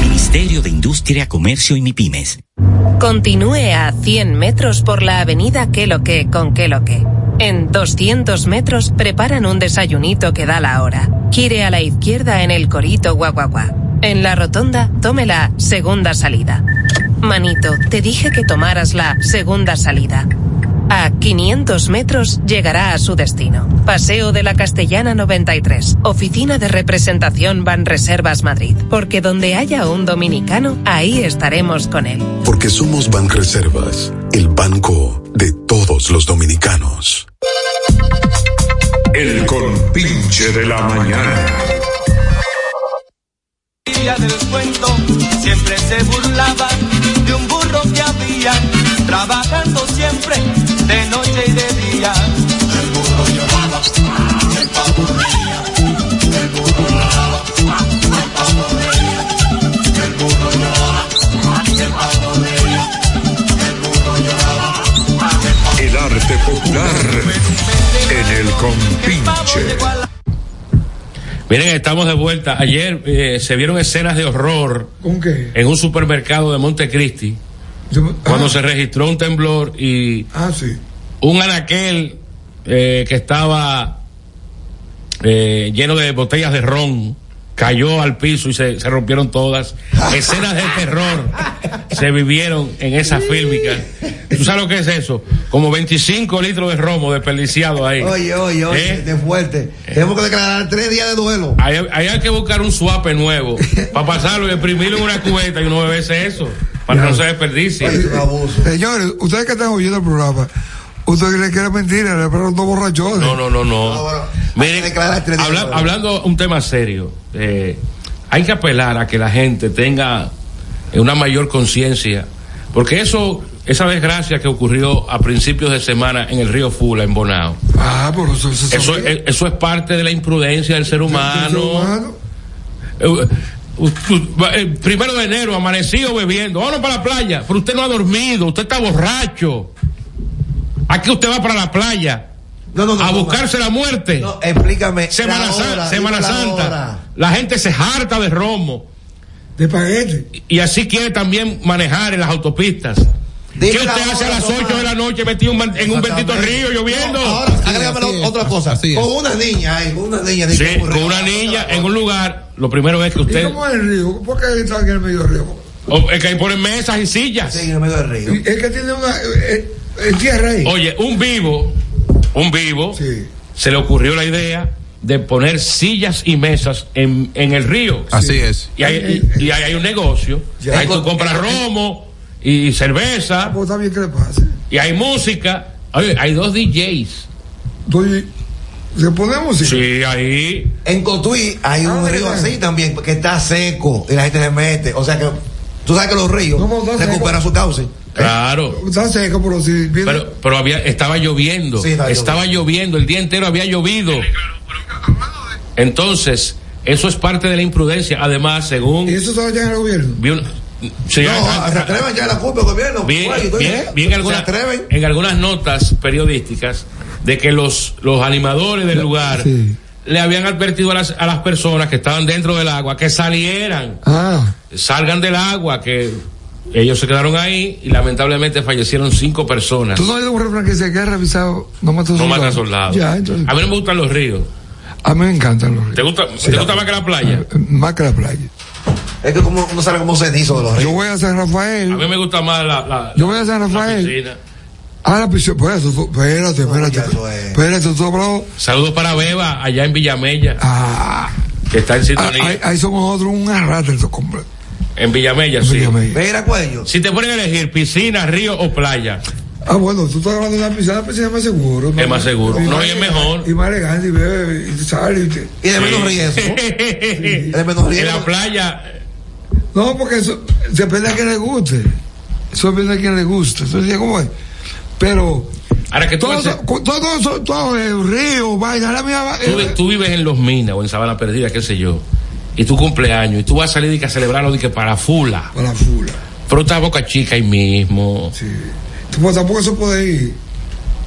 Speaker 10: Ministerio de Industria, Comercio y MIPIMES.
Speaker 1: Continúe a 100 metros por la avenida Queloque con Queloque. En 200 metros preparan un desayunito que da la hora. Gire a la izquierda en el Corito Guaguaguá. En la rotonda, tome la segunda salida. Manito, te dije que tomaras la segunda salida. A 500 metros llegará a su destino. Paseo de la Castellana 93, Oficina de Representación Banreservas Madrid. Porque donde haya un dominicano, ahí estaremos con él.
Speaker 2: Porque somos Banreservas, el banco de todos los dominicanos.
Speaker 3: El compinche de la mañana.
Speaker 11: día del cuento siempre se burlaba de un burro que había trabajando siempre de noche y de día. El burro lloraba, el pavo reía, el burro lloraba, el pavo reía, el burro lloraba, el pavo reía, el burro lloraba.
Speaker 3: El arte popular en el compinche.
Speaker 6: Miren, estamos de vuelta. Ayer eh, se vieron escenas de horror
Speaker 7: ¿Con qué?
Speaker 6: en un supermercado de Montecristi cuando se registró un temblor y
Speaker 7: Ah, sí.
Speaker 6: un anaquel eh, que estaba eh, lleno de botellas de ron cayó al piso y se, se rompieron todas. Escenas de terror se vivieron en esa fílmica. ¿Tú sabes lo que es eso? Como 25 litros de romo desperdiciado ahí.
Speaker 5: Oye, oye, oye,
Speaker 6: ¿Eh?
Speaker 5: de fuerte. Tenemos que declarar tres días de duelo.
Speaker 6: Ahí, ahí hay que buscar un suape nuevo para pasarlo y exprimirlo en una cubeta y uno beberse eso para que no se desperdicie.
Speaker 7: Señores, ustedes que están oyendo el programa, ¿ustedes creen que era mentira? Era para los dos borrachones.
Speaker 6: No, no, no, no. Miren, habla- hablando un tema serio, eh, hay que apelar a que la gente tenga eh, una mayor conciencia, porque eso, esa desgracia que ocurrió a principios de semana en el río Fula, en Bonao,
Speaker 7: Ah, por eso se
Speaker 6: eso, eh, eso es parte de la imprudencia del ser humano. Eh, u- u- va- el primero de enero, amanecido bebiendo, vámonos para la playa, pero usted no ha dormido, usted está borracho. Aquí usted va para la playa a buscarse la muerte.
Speaker 5: explícame.
Speaker 6: Semana,
Speaker 5: la
Speaker 6: San-
Speaker 5: hora,
Speaker 6: Semana
Speaker 5: dime la
Speaker 6: Santa.
Speaker 5: hora.
Speaker 6: La gente se harta de romo.
Speaker 7: De paguete.
Speaker 6: Y así quiere también manejar en las autopistas.
Speaker 5: Dime
Speaker 6: ¿Qué
Speaker 5: la
Speaker 6: usted hace a
Speaker 5: hora,
Speaker 6: las
Speaker 5: Tomás.
Speaker 6: 8 de la noche metido un man- en un bendito río lloviendo?
Speaker 5: No, ahora, agrégame la- otra cosa. Con una niña, ahí, con una niña.
Speaker 6: Sí,
Speaker 5: dice,
Speaker 6: con una niña en un lugar, lo primero es que
Speaker 7: ¿Y
Speaker 6: usted.
Speaker 7: cómo es el río? ¿Por qué está aquí en el medio del río?
Speaker 6: o- es que ahí ponen mesas y sillas.
Speaker 7: Y Es que tiene una. eh, eh, tierra ahí.
Speaker 6: Oye, un vivo, un vivo, se le ocurrió la idea de poner sillas y mesas en, en el río.
Speaker 5: Ah,
Speaker 4: Así Sí. es.
Speaker 6: Y ahí, y- y ahí hay un negocio.
Speaker 7: Ya.
Speaker 6: Ahí tú compras romo y cerveza.
Speaker 7: Pues está bien que le pase.
Speaker 6: Y hay música. Oye, hay dos DJs.
Speaker 7: ¿Se pone música?
Speaker 6: Sí, ahí.
Speaker 5: En Cotuí hay un río así también, que está seco y la gente se mete. O sea que tú sabes que los ríos recuperan su cauce.
Speaker 6: Claro.
Speaker 7: Está seco, pero si viene-
Speaker 6: Pero, pero había, estaba lloviendo.
Speaker 7: Sí, estaba
Speaker 6: estaba lloviendo. El día entero había llovido. Entonces, eso es parte de la imprudencia. Además, según. ¿Y
Speaker 7: eso estaba ya en el gobierno?
Speaker 5: No, se atreven ya la culpa del gobierno.
Speaker 6: ah, bien,
Speaker 5: Guay, estoy-
Speaker 6: bien, bien en algunas- en algunas notas periodísticas de que los, los animadores del lugar le habían advertido a las, a las personas que estaban dentro del agua que salieran,
Speaker 7: Ah,
Speaker 6: salgan del agua, que ellos se quedaron ahí y lamentablemente fallecieron cinco personas.
Speaker 7: tú no has ido a un restaurante que se que ha revisado, no mata
Speaker 6: No
Speaker 7: soldados?
Speaker 6: matan soldados.
Speaker 7: Ya, entonces,
Speaker 6: a mí no me gustan los ríos.
Speaker 7: a mí me encantan los
Speaker 6: ¿Te gusta, ¿te gusta más que la playa?
Speaker 7: Eh, más que la playa.
Speaker 5: Es que como uno sale como cenizo de los
Speaker 7: Yo voy a San Rafael.
Speaker 6: A mí me gusta más la, la-
Speaker 7: Yo voy a San
Speaker 6: la
Speaker 7: Rafael.
Speaker 6: piscina.
Speaker 7: A la piscina. Pues eso, espérate, espérate. Espérate, tú hablado. Ah.
Speaker 6: Saludos para Beba, allá en Villamella. Que está en sintonía.
Speaker 7: Ahí, ahí somos nosotros un arrastre eso completo.
Speaker 6: En Villamella, sí.
Speaker 5: Mira, pues, cuello.
Speaker 6: Si te ponen a elegir piscina, río o playa,
Speaker 7: Ah, bueno, tú estás hablando de la piscina, la piscina es más seguro.
Speaker 6: es más seguro. No, y es mejor.
Speaker 7: Y más elegante, y bebe, y sale. Y, te-
Speaker 6: Y de menos Sí. riesgo.
Speaker 7: En
Speaker 6: la playa.
Speaker 7: No, porque eso depende a quien le guste. Eso depende a quien le guste. Entonces, ¿cómo es? Pero.
Speaker 6: Ahora que tú
Speaker 7: todo,
Speaker 6: ves-
Speaker 7: eso- cu- todo, eso- todo el río, vaina, la mía. va- eh,
Speaker 6: Tú, vi- tú vives en Los Minas o en Sabana Perdida, qué sé yo, y tu cumpleaños, y tú vas a salir y que a celebrarlo de que para Fula.
Speaker 7: Para Fula.
Speaker 6: Pero está Boca Chica ahí mismo.
Speaker 7: Pues tampoco se puede ir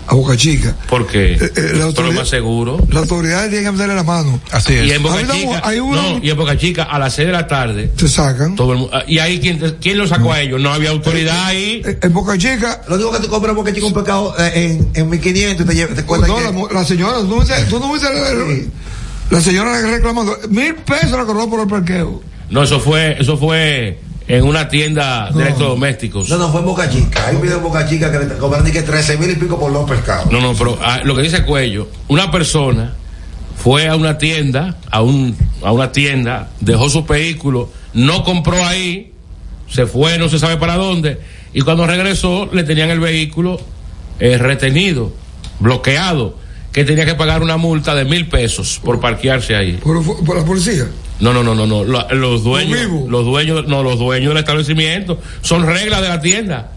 Speaker 7: a Boca Chica.
Speaker 6: ¿Por qué? Pero
Speaker 7: Eh, autoridad-
Speaker 6: es más seguro.
Speaker 7: La autoridad tiene que meterle la mano.
Speaker 6: Y en Boca
Speaker 7: Ahorita
Speaker 6: Chica,
Speaker 7: Hay uno.
Speaker 6: no, y en Boca Chica a las 6 de la tarde.
Speaker 7: Te sacan.
Speaker 6: Todo el mu- ah, y ahí, ¿quién, te- quién lo sacó a ellos? No había autoridad ahí.
Speaker 7: En Boca Chica.
Speaker 5: Lo digo que tú compras en Boca Chica un pescado eh, en, en 1500 y te, llevas- te cuesta
Speaker 7: Pues No,
Speaker 5: que-
Speaker 7: la, mu- la señora, tú no viste, tú no viste la, la- la señora reclamando. Mil pesos la cobró por el parqueo.
Speaker 6: No, eso fue, eso fue en una tienda de electrodomésticos.
Speaker 5: No, no, fue en Boca Chica. Hay un video en Boca Chica que le cobran ni que 13 mil y pico por los pescados.
Speaker 6: No, no, pero ah, lo que dice Cuello, una persona fue a una tienda, a, un, a una tienda, dejó su vehículo, no compró ahí, se fue, no se sabe para dónde, y cuando regresó le tenían el vehículo eh, retenido, bloqueado, que tenía que pagar una multa de mil pesos por parquearse ahí.
Speaker 7: Por, por la policía.
Speaker 6: No, no, no, no, no. la- Los dueños, los dueños, no, los dueños del establecimiento son reglas de la tienda.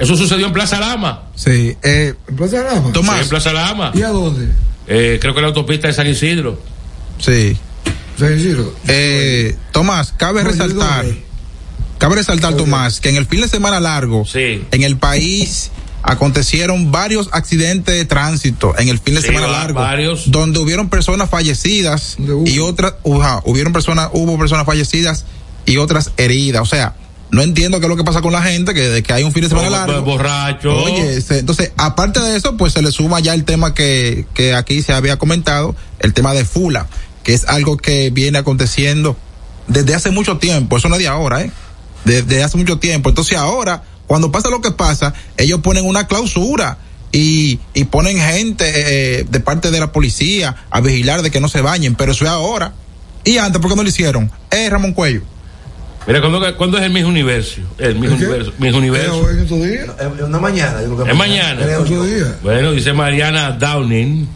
Speaker 6: Eso sucedió en Plaza Lama.
Speaker 4: Sí. Eh,
Speaker 7: Plaza Lama?
Speaker 6: Sí, en Plaza Lama.
Speaker 7: ¿Y a dónde?
Speaker 6: Eh, creo que la autopista de San Isidro.
Speaker 4: Sí.
Speaker 6: Eh,
Speaker 4: Tomás, cabe resaltar,
Speaker 7: eh,
Speaker 4: cabe resaltar, Tomás, que en el fin de semana largo, en el país acontecieron varios accidentes de tránsito en el fin de
Speaker 6: Sí,
Speaker 4: semana
Speaker 6: va-
Speaker 4: largo,
Speaker 6: varios.
Speaker 4: donde hubieron personas fallecidas y otras, uja, hubieron personas, hubo personas fallecidas y otras heridas, o sea. No entiendo qué es lo que pasa con la gente, que de que hay un fin de semana
Speaker 6: Bo-
Speaker 4: largo.
Speaker 6: borracho.
Speaker 4: Oye, se- entonces, aparte de eso, pues se le suma ya el tema que, que aquí se había comentado, el tema de Fula, que es algo que viene aconteciendo desde hace mucho tiempo, eso no es de ahora, ¿eh? De- Desde hace mucho tiempo. Entonces ahora, cuando pasa lo que pasa, ellos ponen una clausura y, y ponen gente eh, de parte de la policía a vigilar de que no se bañen, pero eso es ahora. ¿Y antes por qué no lo hicieron? Eh, Ramón Cuello.
Speaker 6: Mira, ¿cuándo, cuándo es el mismo universo? El mismo universo. Miss Universo.
Speaker 7: ¿Eh? ¿En estos días?
Speaker 5: En Eh, una mañana. Yo creo que
Speaker 6: Es mañana.
Speaker 5: creo yo.
Speaker 6: Bueno, dice Mariana Downing,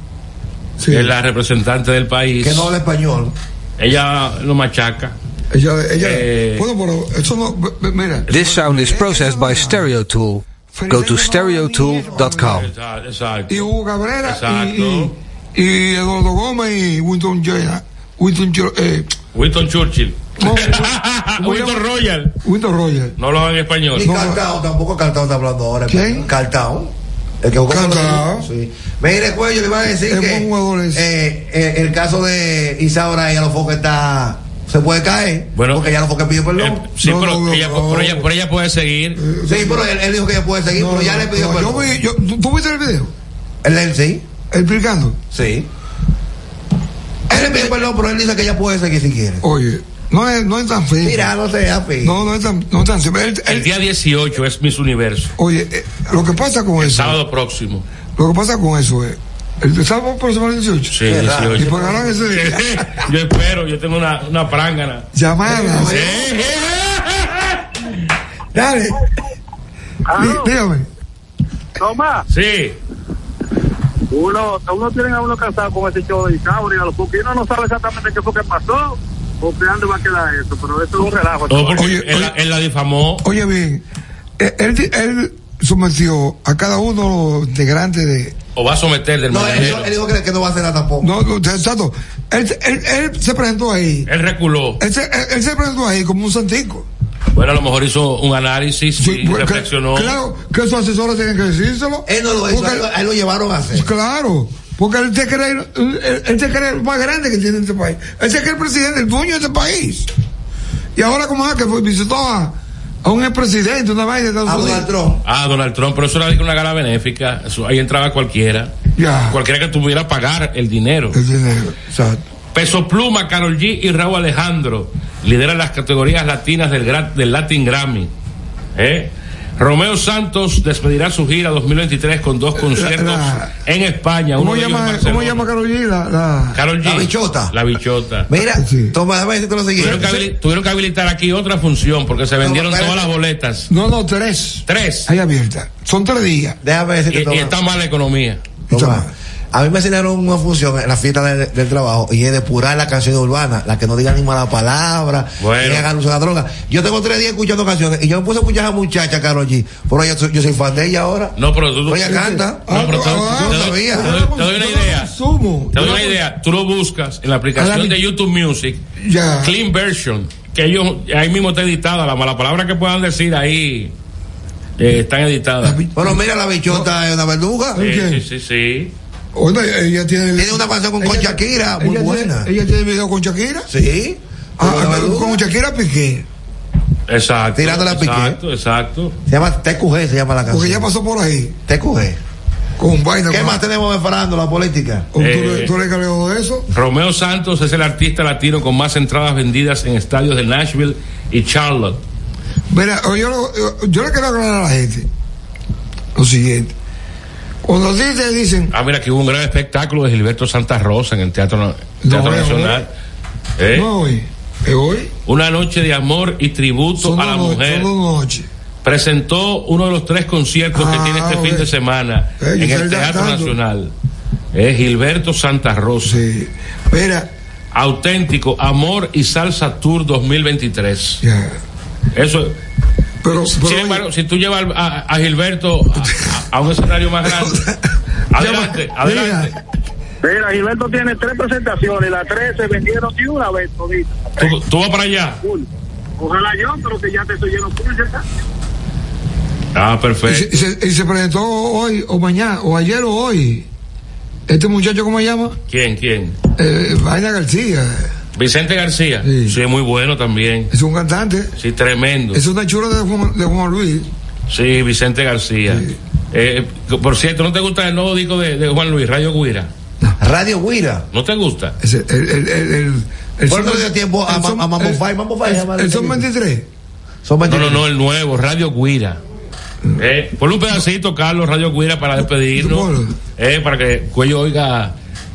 Speaker 6: que es la representante del país.
Speaker 5: Que no habla español.
Speaker 6: Ella lo machaca.
Speaker 7: Ella, ella.
Speaker 6: Eh,
Speaker 7: bueno, pero eso no. ve- ve- Mira.
Speaker 13: This sound is processed by Stereotool. Go to stereotool.com.
Speaker 6: Exa- Exacto.
Speaker 7: Y Hugo Cabrera. y-
Speaker 6: Exacto.
Speaker 7: Y, y Eduardo Gómez y Winston Joyner. Winston Jo- eh,
Speaker 6: Winston Churchill. Winston Royal.
Speaker 7: Winston Royal.
Speaker 6: No lo hagan en español.
Speaker 7: Pues
Speaker 5: Ni Cartao, tampoco Cartao está hablando ahora. ¿Quién? Cartao. El que busca-
Speaker 7: Cartao.
Speaker 5: Sí. Mire, cuello, le iba a decir
Speaker 7: Es
Speaker 5: que eh, eh, el caso de Isaura y Alofo que está. Se puede caer.
Speaker 6: Bueno,
Speaker 5: porque ya Alofo que pidió perdón.
Speaker 6: Eh, Sí, pero, ella, pero ella- pero ella puede seguir.
Speaker 5: Sí, pero él, él dijo que ella puede seguir, pero ya le pidió perdón.
Speaker 7: yo vi- yo- ¿tú, tú viste el video?
Speaker 5: Él, él sí.
Speaker 7: ¿Explicando?
Speaker 5: Sí. Él le pidió perdón, pero él dice que ella puede seguir si quiere.
Speaker 7: Oye, no es, no es tan feo.
Speaker 5: Mira, no sea feo.
Speaker 7: No, no es tan, no es tan feo. Él-
Speaker 6: El
Speaker 7: él-
Speaker 6: día 18 es Miss Universo.
Speaker 7: oye, eh, lo que pasa con
Speaker 6: El
Speaker 7: eso.
Speaker 6: sábado próximo.
Speaker 7: Lo que pasa con eso es. El sábado próximo el 18.
Speaker 6: Sí, 18.
Speaker 7: Y pagarán ese día.
Speaker 6: yo espero, yo tengo una, una prángana.
Speaker 7: Llamadas. Dale. Dí- Dígame.
Speaker 14: Tomás,
Speaker 6: Sí.
Speaker 14: Uno, a uno tienen a uno cansado con ese show de Isauri, a los porque uno no sabe exactamente qué fue que pasó o qué dónde va a quedar eso, pero eso es un relajo.
Speaker 6: No, porque él, la- él la difamó.
Speaker 7: Oye bien, eh, él, él sometió a cada uno de los integrantes de...
Speaker 6: O va a someter del
Speaker 7: No,
Speaker 6: manejero.
Speaker 7: él-
Speaker 5: Él dijo que, que no va a hacer nada tampoco.
Speaker 7: No, no, exacto. Él, él- él se presentó ahí.
Speaker 6: Él reculó.
Speaker 7: Él se, él- él se presentó ahí como un santico. pues,
Speaker 6: Bueno, a lo mejor hizo un análisis y reflexionó.
Speaker 7: Claro, que sus asesores tienen que decírselo.
Speaker 5: Él no lo hizo,
Speaker 7: Porque
Speaker 5: a él lo- a él lo llevaron a hacer.
Speaker 7: Claro, porque él se cree, él, él se cree el más grande que tiene este país. Él se cree el presidente, el dueño de este país. Y ahora como es que fue, visitó a, a un expresidente, una vaina de Estados Unidos.
Speaker 6: Ah, Donald Trump, pero eso era una gala benéfica. Eso- ahí entraba cualquiera.
Speaker 7: Ya.
Speaker 6: Cualquiera que tuviera que pagar el dinero.
Speaker 7: El dinero, exacto.
Speaker 6: Peso Pluma, Carol G y Raúl Alejandro lideran las categorías latinas del, gra- del Latin Grammy. ¿Eh? Romeo Santos despedirá su gira 2023 con dos conciertos
Speaker 7: la-
Speaker 6: en España. Uno
Speaker 7: Ah, ¿Cómo
Speaker 6: de ellos en
Speaker 7: llama,
Speaker 6: Barcelona.
Speaker 7: ¿Cómo llama Karol G? La, la-
Speaker 6: Karol G.
Speaker 7: la bichota.
Speaker 6: La bichota.
Speaker 5: Mira, toma, déjame decirte lo
Speaker 6: Tuvieron que,
Speaker 5: siguiente.
Speaker 6: habili- tuvieron que habilitar aquí otra función porque se vendieron todas las boletas.
Speaker 7: No, no, tres.
Speaker 6: Tres.
Speaker 7: Ahí abierta. Son tres días.
Speaker 5: Déjame decirte
Speaker 6: Y,
Speaker 5: toma.
Speaker 6: y está mal la economía.
Speaker 5: Toma. A mí me asignaron una función en la fiesta del, del trabajo y es depurar la canción urbana, la que no diga ni mala palabra,
Speaker 6: Bueno.
Speaker 5: ni hagan uso de la droga. Yo tengo tres días escuchando canciones y yo me puse a escuchar a esa muchacha, Carol G. Pero yo, soy- yo soy fan de ella ahora.
Speaker 6: No, pero tú.
Speaker 5: Oye, canta. Ah,
Speaker 6: No,
Speaker 7: Ah,
Speaker 6: pero te- te-
Speaker 5: no
Speaker 6: te-
Speaker 5: sabía.
Speaker 6: te doy- te doy una idea.
Speaker 7: Sumo.
Speaker 6: Te doy una idea. Tú lo buscas en
Speaker 7: A la
Speaker 6: la aplicación
Speaker 7: mi-
Speaker 6: de YouTube Music.
Speaker 7: Ya.
Speaker 6: Clean Version. Que ellos, ahí mismo está editada. La mala palabra que puedan decir ahí eh, están editadas.
Speaker 5: Pero mira, la bichota es una verduga.
Speaker 6: Sí, sí, sí, sí.
Speaker 7: Oye, ella tiene,
Speaker 5: Tiene una canción con, con Shakira, muy
Speaker 7: ella
Speaker 5: buena.
Speaker 7: Tiene, ¿Ella tiene video con Shakira?
Speaker 5: Sí.
Speaker 7: Ah, con Shakira Piqué.
Speaker 6: Exacto.
Speaker 5: Tirándole a Piqué.
Speaker 6: Exacto, exacto.
Speaker 5: Se llama TQG, se llama la canción.
Speaker 7: Porque ya pasó por ahí.
Speaker 5: TQG.
Speaker 7: Con vaina.
Speaker 5: ¿Qué
Speaker 7: con-
Speaker 5: más tenemos de farándula política?
Speaker 7: ¿Tú,
Speaker 6: Eh,
Speaker 7: le- tú le encargado de eso?
Speaker 6: Romeo Santos es el artista latino con más entradas vendidas en estadios de Nashville y Charlotte.
Speaker 7: Mira, eh, yo, lo- yo, yo le quiero aclarar a la gente lo siguiente. Cuando dicen, dicen,
Speaker 6: Ah, mira, que hubo un gran espectáculo de Gilberto Santa Rosa en el Teatro, Na- Teatro
Speaker 7: No, eh,
Speaker 6: Nacional. ¿Eh?
Speaker 7: no hoy, es hoy,
Speaker 6: Una noche de amor y tributo a la
Speaker 7: no,
Speaker 6: mujer.
Speaker 7: solo noche.
Speaker 6: presentó uno de los tres conciertos que
Speaker 7: Ah,
Speaker 6: tiene este
Speaker 7: hombre.
Speaker 6: fin de semana
Speaker 7: Eh,
Speaker 6: en el
Speaker 7: Gilberto
Speaker 6: Teatro
Speaker 7: Artando.
Speaker 6: Nacional. Es Gilberto Santa Rosa.
Speaker 7: Mira.
Speaker 6: Auténtico, Amor y Salsa Tour 2023. Eso es.
Speaker 7: Pero,
Speaker 6: Sin embargo, si tú llevas a, a Gilberto a, a un escenario más grande. adelante, adelante.
Speaker 14: Mira, Gilberto tiene tres presentaciones, las tres se vendieron de una vez todita.
Speaker 6: Tú, tú vas para allá.
Speaker 14: Full. Ojalá yo, pero que ya te estoy lleno ¿eh? full, ya está.
Speaker 6: Ah,
Speaker 7: Y
Speaker 6: perfecto.
Speaker 7: se, y se- y se presentó hoy, o mañana, o ayer o hoy. Este muchacho, ¿cómo se llama?
Speaker 6: ¿Quién, quién?
Speaker 7: Eh, Vaina García.
Speaker 6: Vicente García.
Speaker 7: Sí.
Speaker 6: sí, muy bueno también.
Speaker 7: Es un cantante.
Speaker 6: Sí, tremendo.
Speaker 7: Es una chura de Juan, de Juan Luis.
Speaker 6: Sí, Vicente García. Eh, por cierto, ¿no te gusta el nuevo disco de, de Juan Luis, Radio Guira?
Speaker 5: Radio Guira.
Speaker 6: ¿No te gusta?
Speaker 7: Ese- el, el, el, el, el
Speaker 5: ¿Cuánto
Speaker 7: son-
Speaker 5: le dio tiempo a,
Speaker 7: el
Speaker 5: Ma-
Speaker 7: son-
Speaker 5: a Mambo
Speaker 7: el-
Speaker 5: Five? Mambo Five, se llama
Speaker 7: el-
Speaker 5: el
Speaker 7: el son
Speaker 5: disco.
Speaker 7: 23.
Speaker 5: Son
Speaker 6: No, no, no, el nuevo, Radio Guira. Eh, ponle un pedacito, Carlos, Radio Guira, para despedirnos. Eh, para que Cuello oiga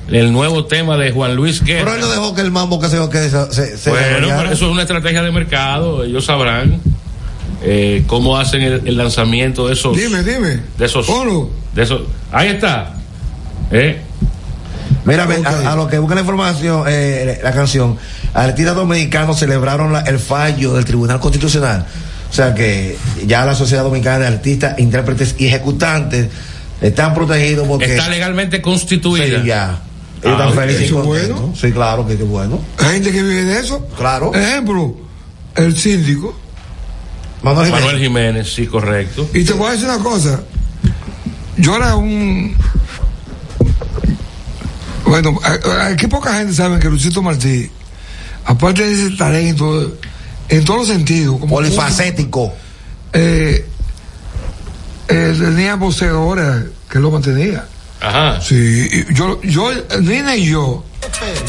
Speaker 6: el nuevo tema de Juan Luis
Speaker 5: Pero
Speaker 6: Guerra.
Speaker 5: él no dejó que el mambo que se que se, se- se
Speaker 6: Bueno,
Speaker 5: desarrollara.
Speaker 6: pero eso es una estrategia de mercado. Ellos sabrán eh, cómo hacen el, el lanzamiento de esos.
Speaker 7: Dime, dime.
Speaker 6: De esos. De esos. Ahí está. Eh.
Speaker 5: Mira, ve, a, a lo que buscan la información, eh, la canción, artistas dominicanos celebraron la- el fallo del Tribunal Constitucional. O sea que ya la sociedad dominicana de artistas, intérpretes y ejecutantes están protegidos porque
Speaker 6: Está legalmente constituida.
Speaker 5: Sí, ya. ellos están
Speaker 6: Ah, ok.
Speaker 5: felices. y
Speaker 6: Eso es
Speaker 5: contentos. Sí, claro que es bueno.
Speaker 7: Hay gente que vive de eso.
Speaker 5: Claro.
Speaker 7: Ejemplo, el síndico.
Speaker 5: Manuel
Speaker 6: Jiménez. sí, correcto.
Speaker 7: Y te voy a decir una cosa. Yo era un. Bueno, a- a- aquí poca gente sabe que Lucito Martí, aparte de ese talento, en todos los sentidos. Como
Speaker 5: Polifacético.
Speaker 7: Eh, eh, tenía voceadora que lo mantenía.
Speaker 6: Ajá.
Speaker 7: Sí, y yo, yo, Nina y yo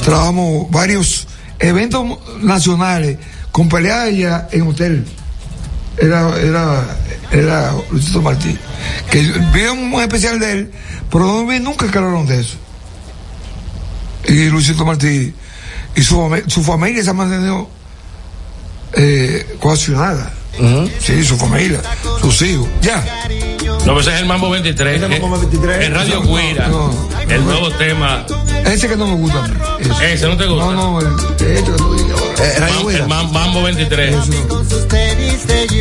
Speaker 7: trabajamos varios eventos nacionales con peleas allá en hotel. Era, era, era Luisito Martí. Que yo- vi un especial de él, pero no vi nunca que hablaron de eso. Y Luisito Martí y su, fami- su familia se ha mantenido eh, coaccionada. Sí, su familia, sus hijos. Ya.
Speaker 6: No, pues es el Mambo 23.
Speaker 7: Ese
Speaker 6: que-
Speaker 7: Mambo 23.
Speaker 6: En Radio
Speaker 7: No,
Speaker 6: Guira.
Speaker 7: no,
Speaker 6: el nuevo tema.
Speaker 7: Ese que no me gusta. a mí.
Speaker 6: Ese no te gusta.
Speaker 7: No, no, el, este que tú dices ahora.
Speaker 6: Mam- el Mam- Mambo 23.
Speaker 7: Eh,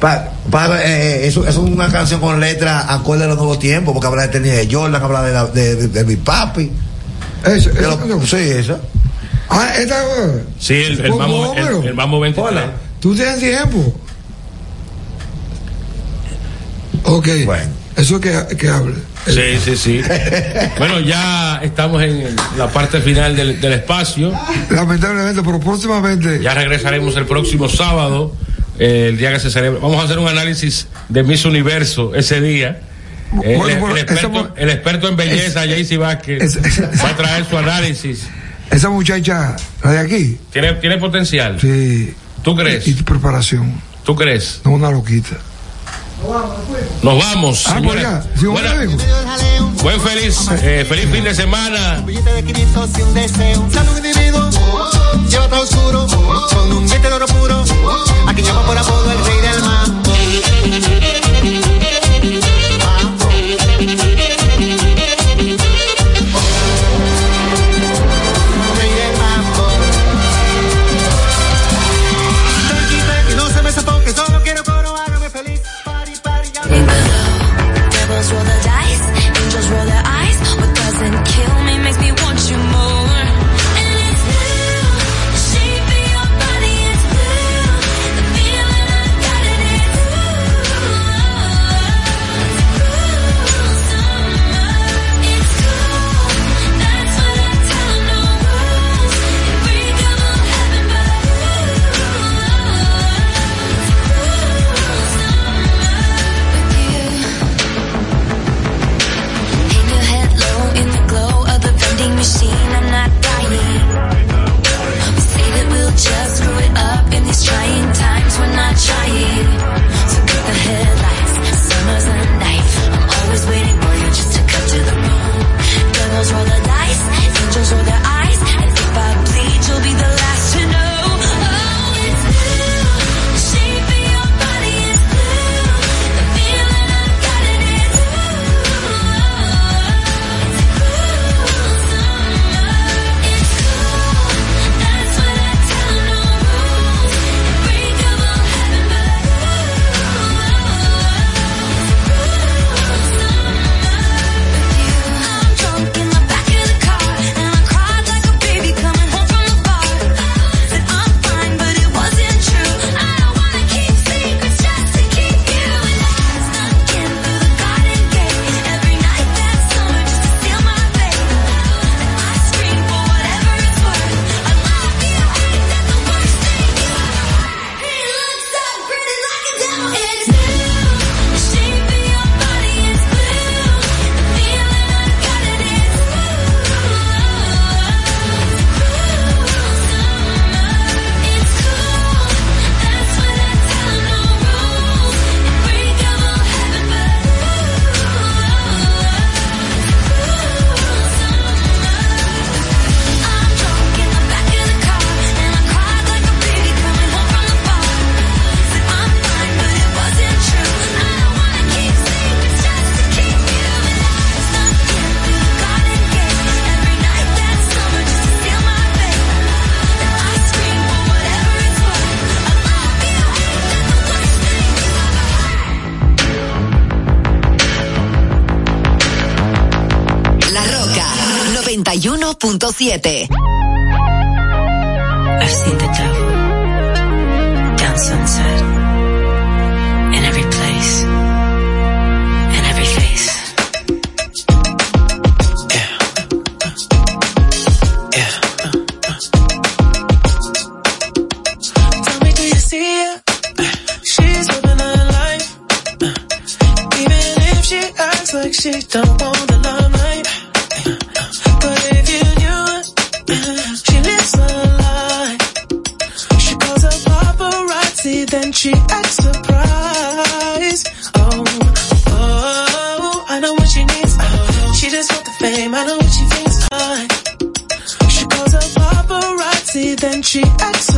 Speaker 5: Pa- pa- eh, eh, eso, eso es una canción con letra acorde a los nuevos tiempos, porque habla de tenis de Jordan, habla de, la- de, de- de mi papi.
Speaker 7: Eso,
Speaker 5: sí, eso.
Speaker 7: Ah, esta.
Speaker 6: Sí, el, el,
Speaker 7: ¿Cómo,
Speaker 6: mambo, el,
Speaker 7: Homero?
Speaker 6: el Mambo 23.
Speaker 7: ¿Tú tienes tiempo? Ok. Eso que, que hable.
Speaker 6: Sí, sí, sí. bueno, ya estamos en la parte final del, del espacio.
Speaker 7: Lamentablemente, pero próximamente.
Speaker 6: Ya regresaremos el próximo sábado, eh, el día que se celebra. Vamos a hacer un análisis de Miss Universo ese día. Eh,
Speaker 7: Bueno,
Speaker 6: el,
Speaker 7: bueno,
Speaker 6: el experto, el experto en belleza, Jaycee Vázquez, va a traer su análisis.
Speaker 7: Esa muchacha, la de aquí,
Speaker 6: ¿Tiene, tiene potencial?
Speaker 7: Sí.
Speaker 6: ¿Tú crees?
Speaker 7: y tu preparación.
Speaker 6: ¿Tú crees?
Speaker 7: No, una loquita.
Speaker 6: Nos vamos.
Speaker 7: Ah, pues
Speaker 6: señores.
Speaker 7: ya. Sí, un
Speaker 6: Buena-
Speaker 7: amigo.
Speaker 6: buen feliz, eh, feliz fin de semana.
Speaker 11: billete de 500 y un deseo. Un salón individuo, llévate a oscuro, con un billete de oro puro. Aquí llama por apodo el rey del mar. Rey del mambo. Tranqui, tranqui, no se me sofoque, solo quiero coro, hágame feliz. Party, party, ya.
Speaker 15: Devils roll the dice, angels roll their eyes. What doesn't kill me makes me want you more. And it's blue, the shape of your body is blue. The feeling I got it is ooh. It's cool summer, it's cool. That's what I tell 'em, no rules. You break 'em all heaven, but ooh, it's cool summer with you. Hang your head low in the glow of the vending machine. I'm not dying. We say that we'll just screw it up in these trying times. We're not trying. So cut the headlights. Summer's a knife. I'm always waiting for you just to cut to the bone. Devils roll the dice. Angels roll their eyes. And if I bleed, you'll be the last to know. Oh, it's blue. The shape of your body is blue. The feeling I got it is
Speaker 16: La Roca 91.7.
Speaker 17: I've seen the devil down sunset in every place, in every face.
Speaker 11: Tell me, do you see her? She's living her life. Even if she acts like she don't want the limelight. But if you knew her, she lives a lie. She calls a paparazzi, then she acts surprised. Oh, oh, I know what she needs. She just wants the fame. Uh, I know what she thinks. I she calls a paparazzi, then she acts Oh, Oh,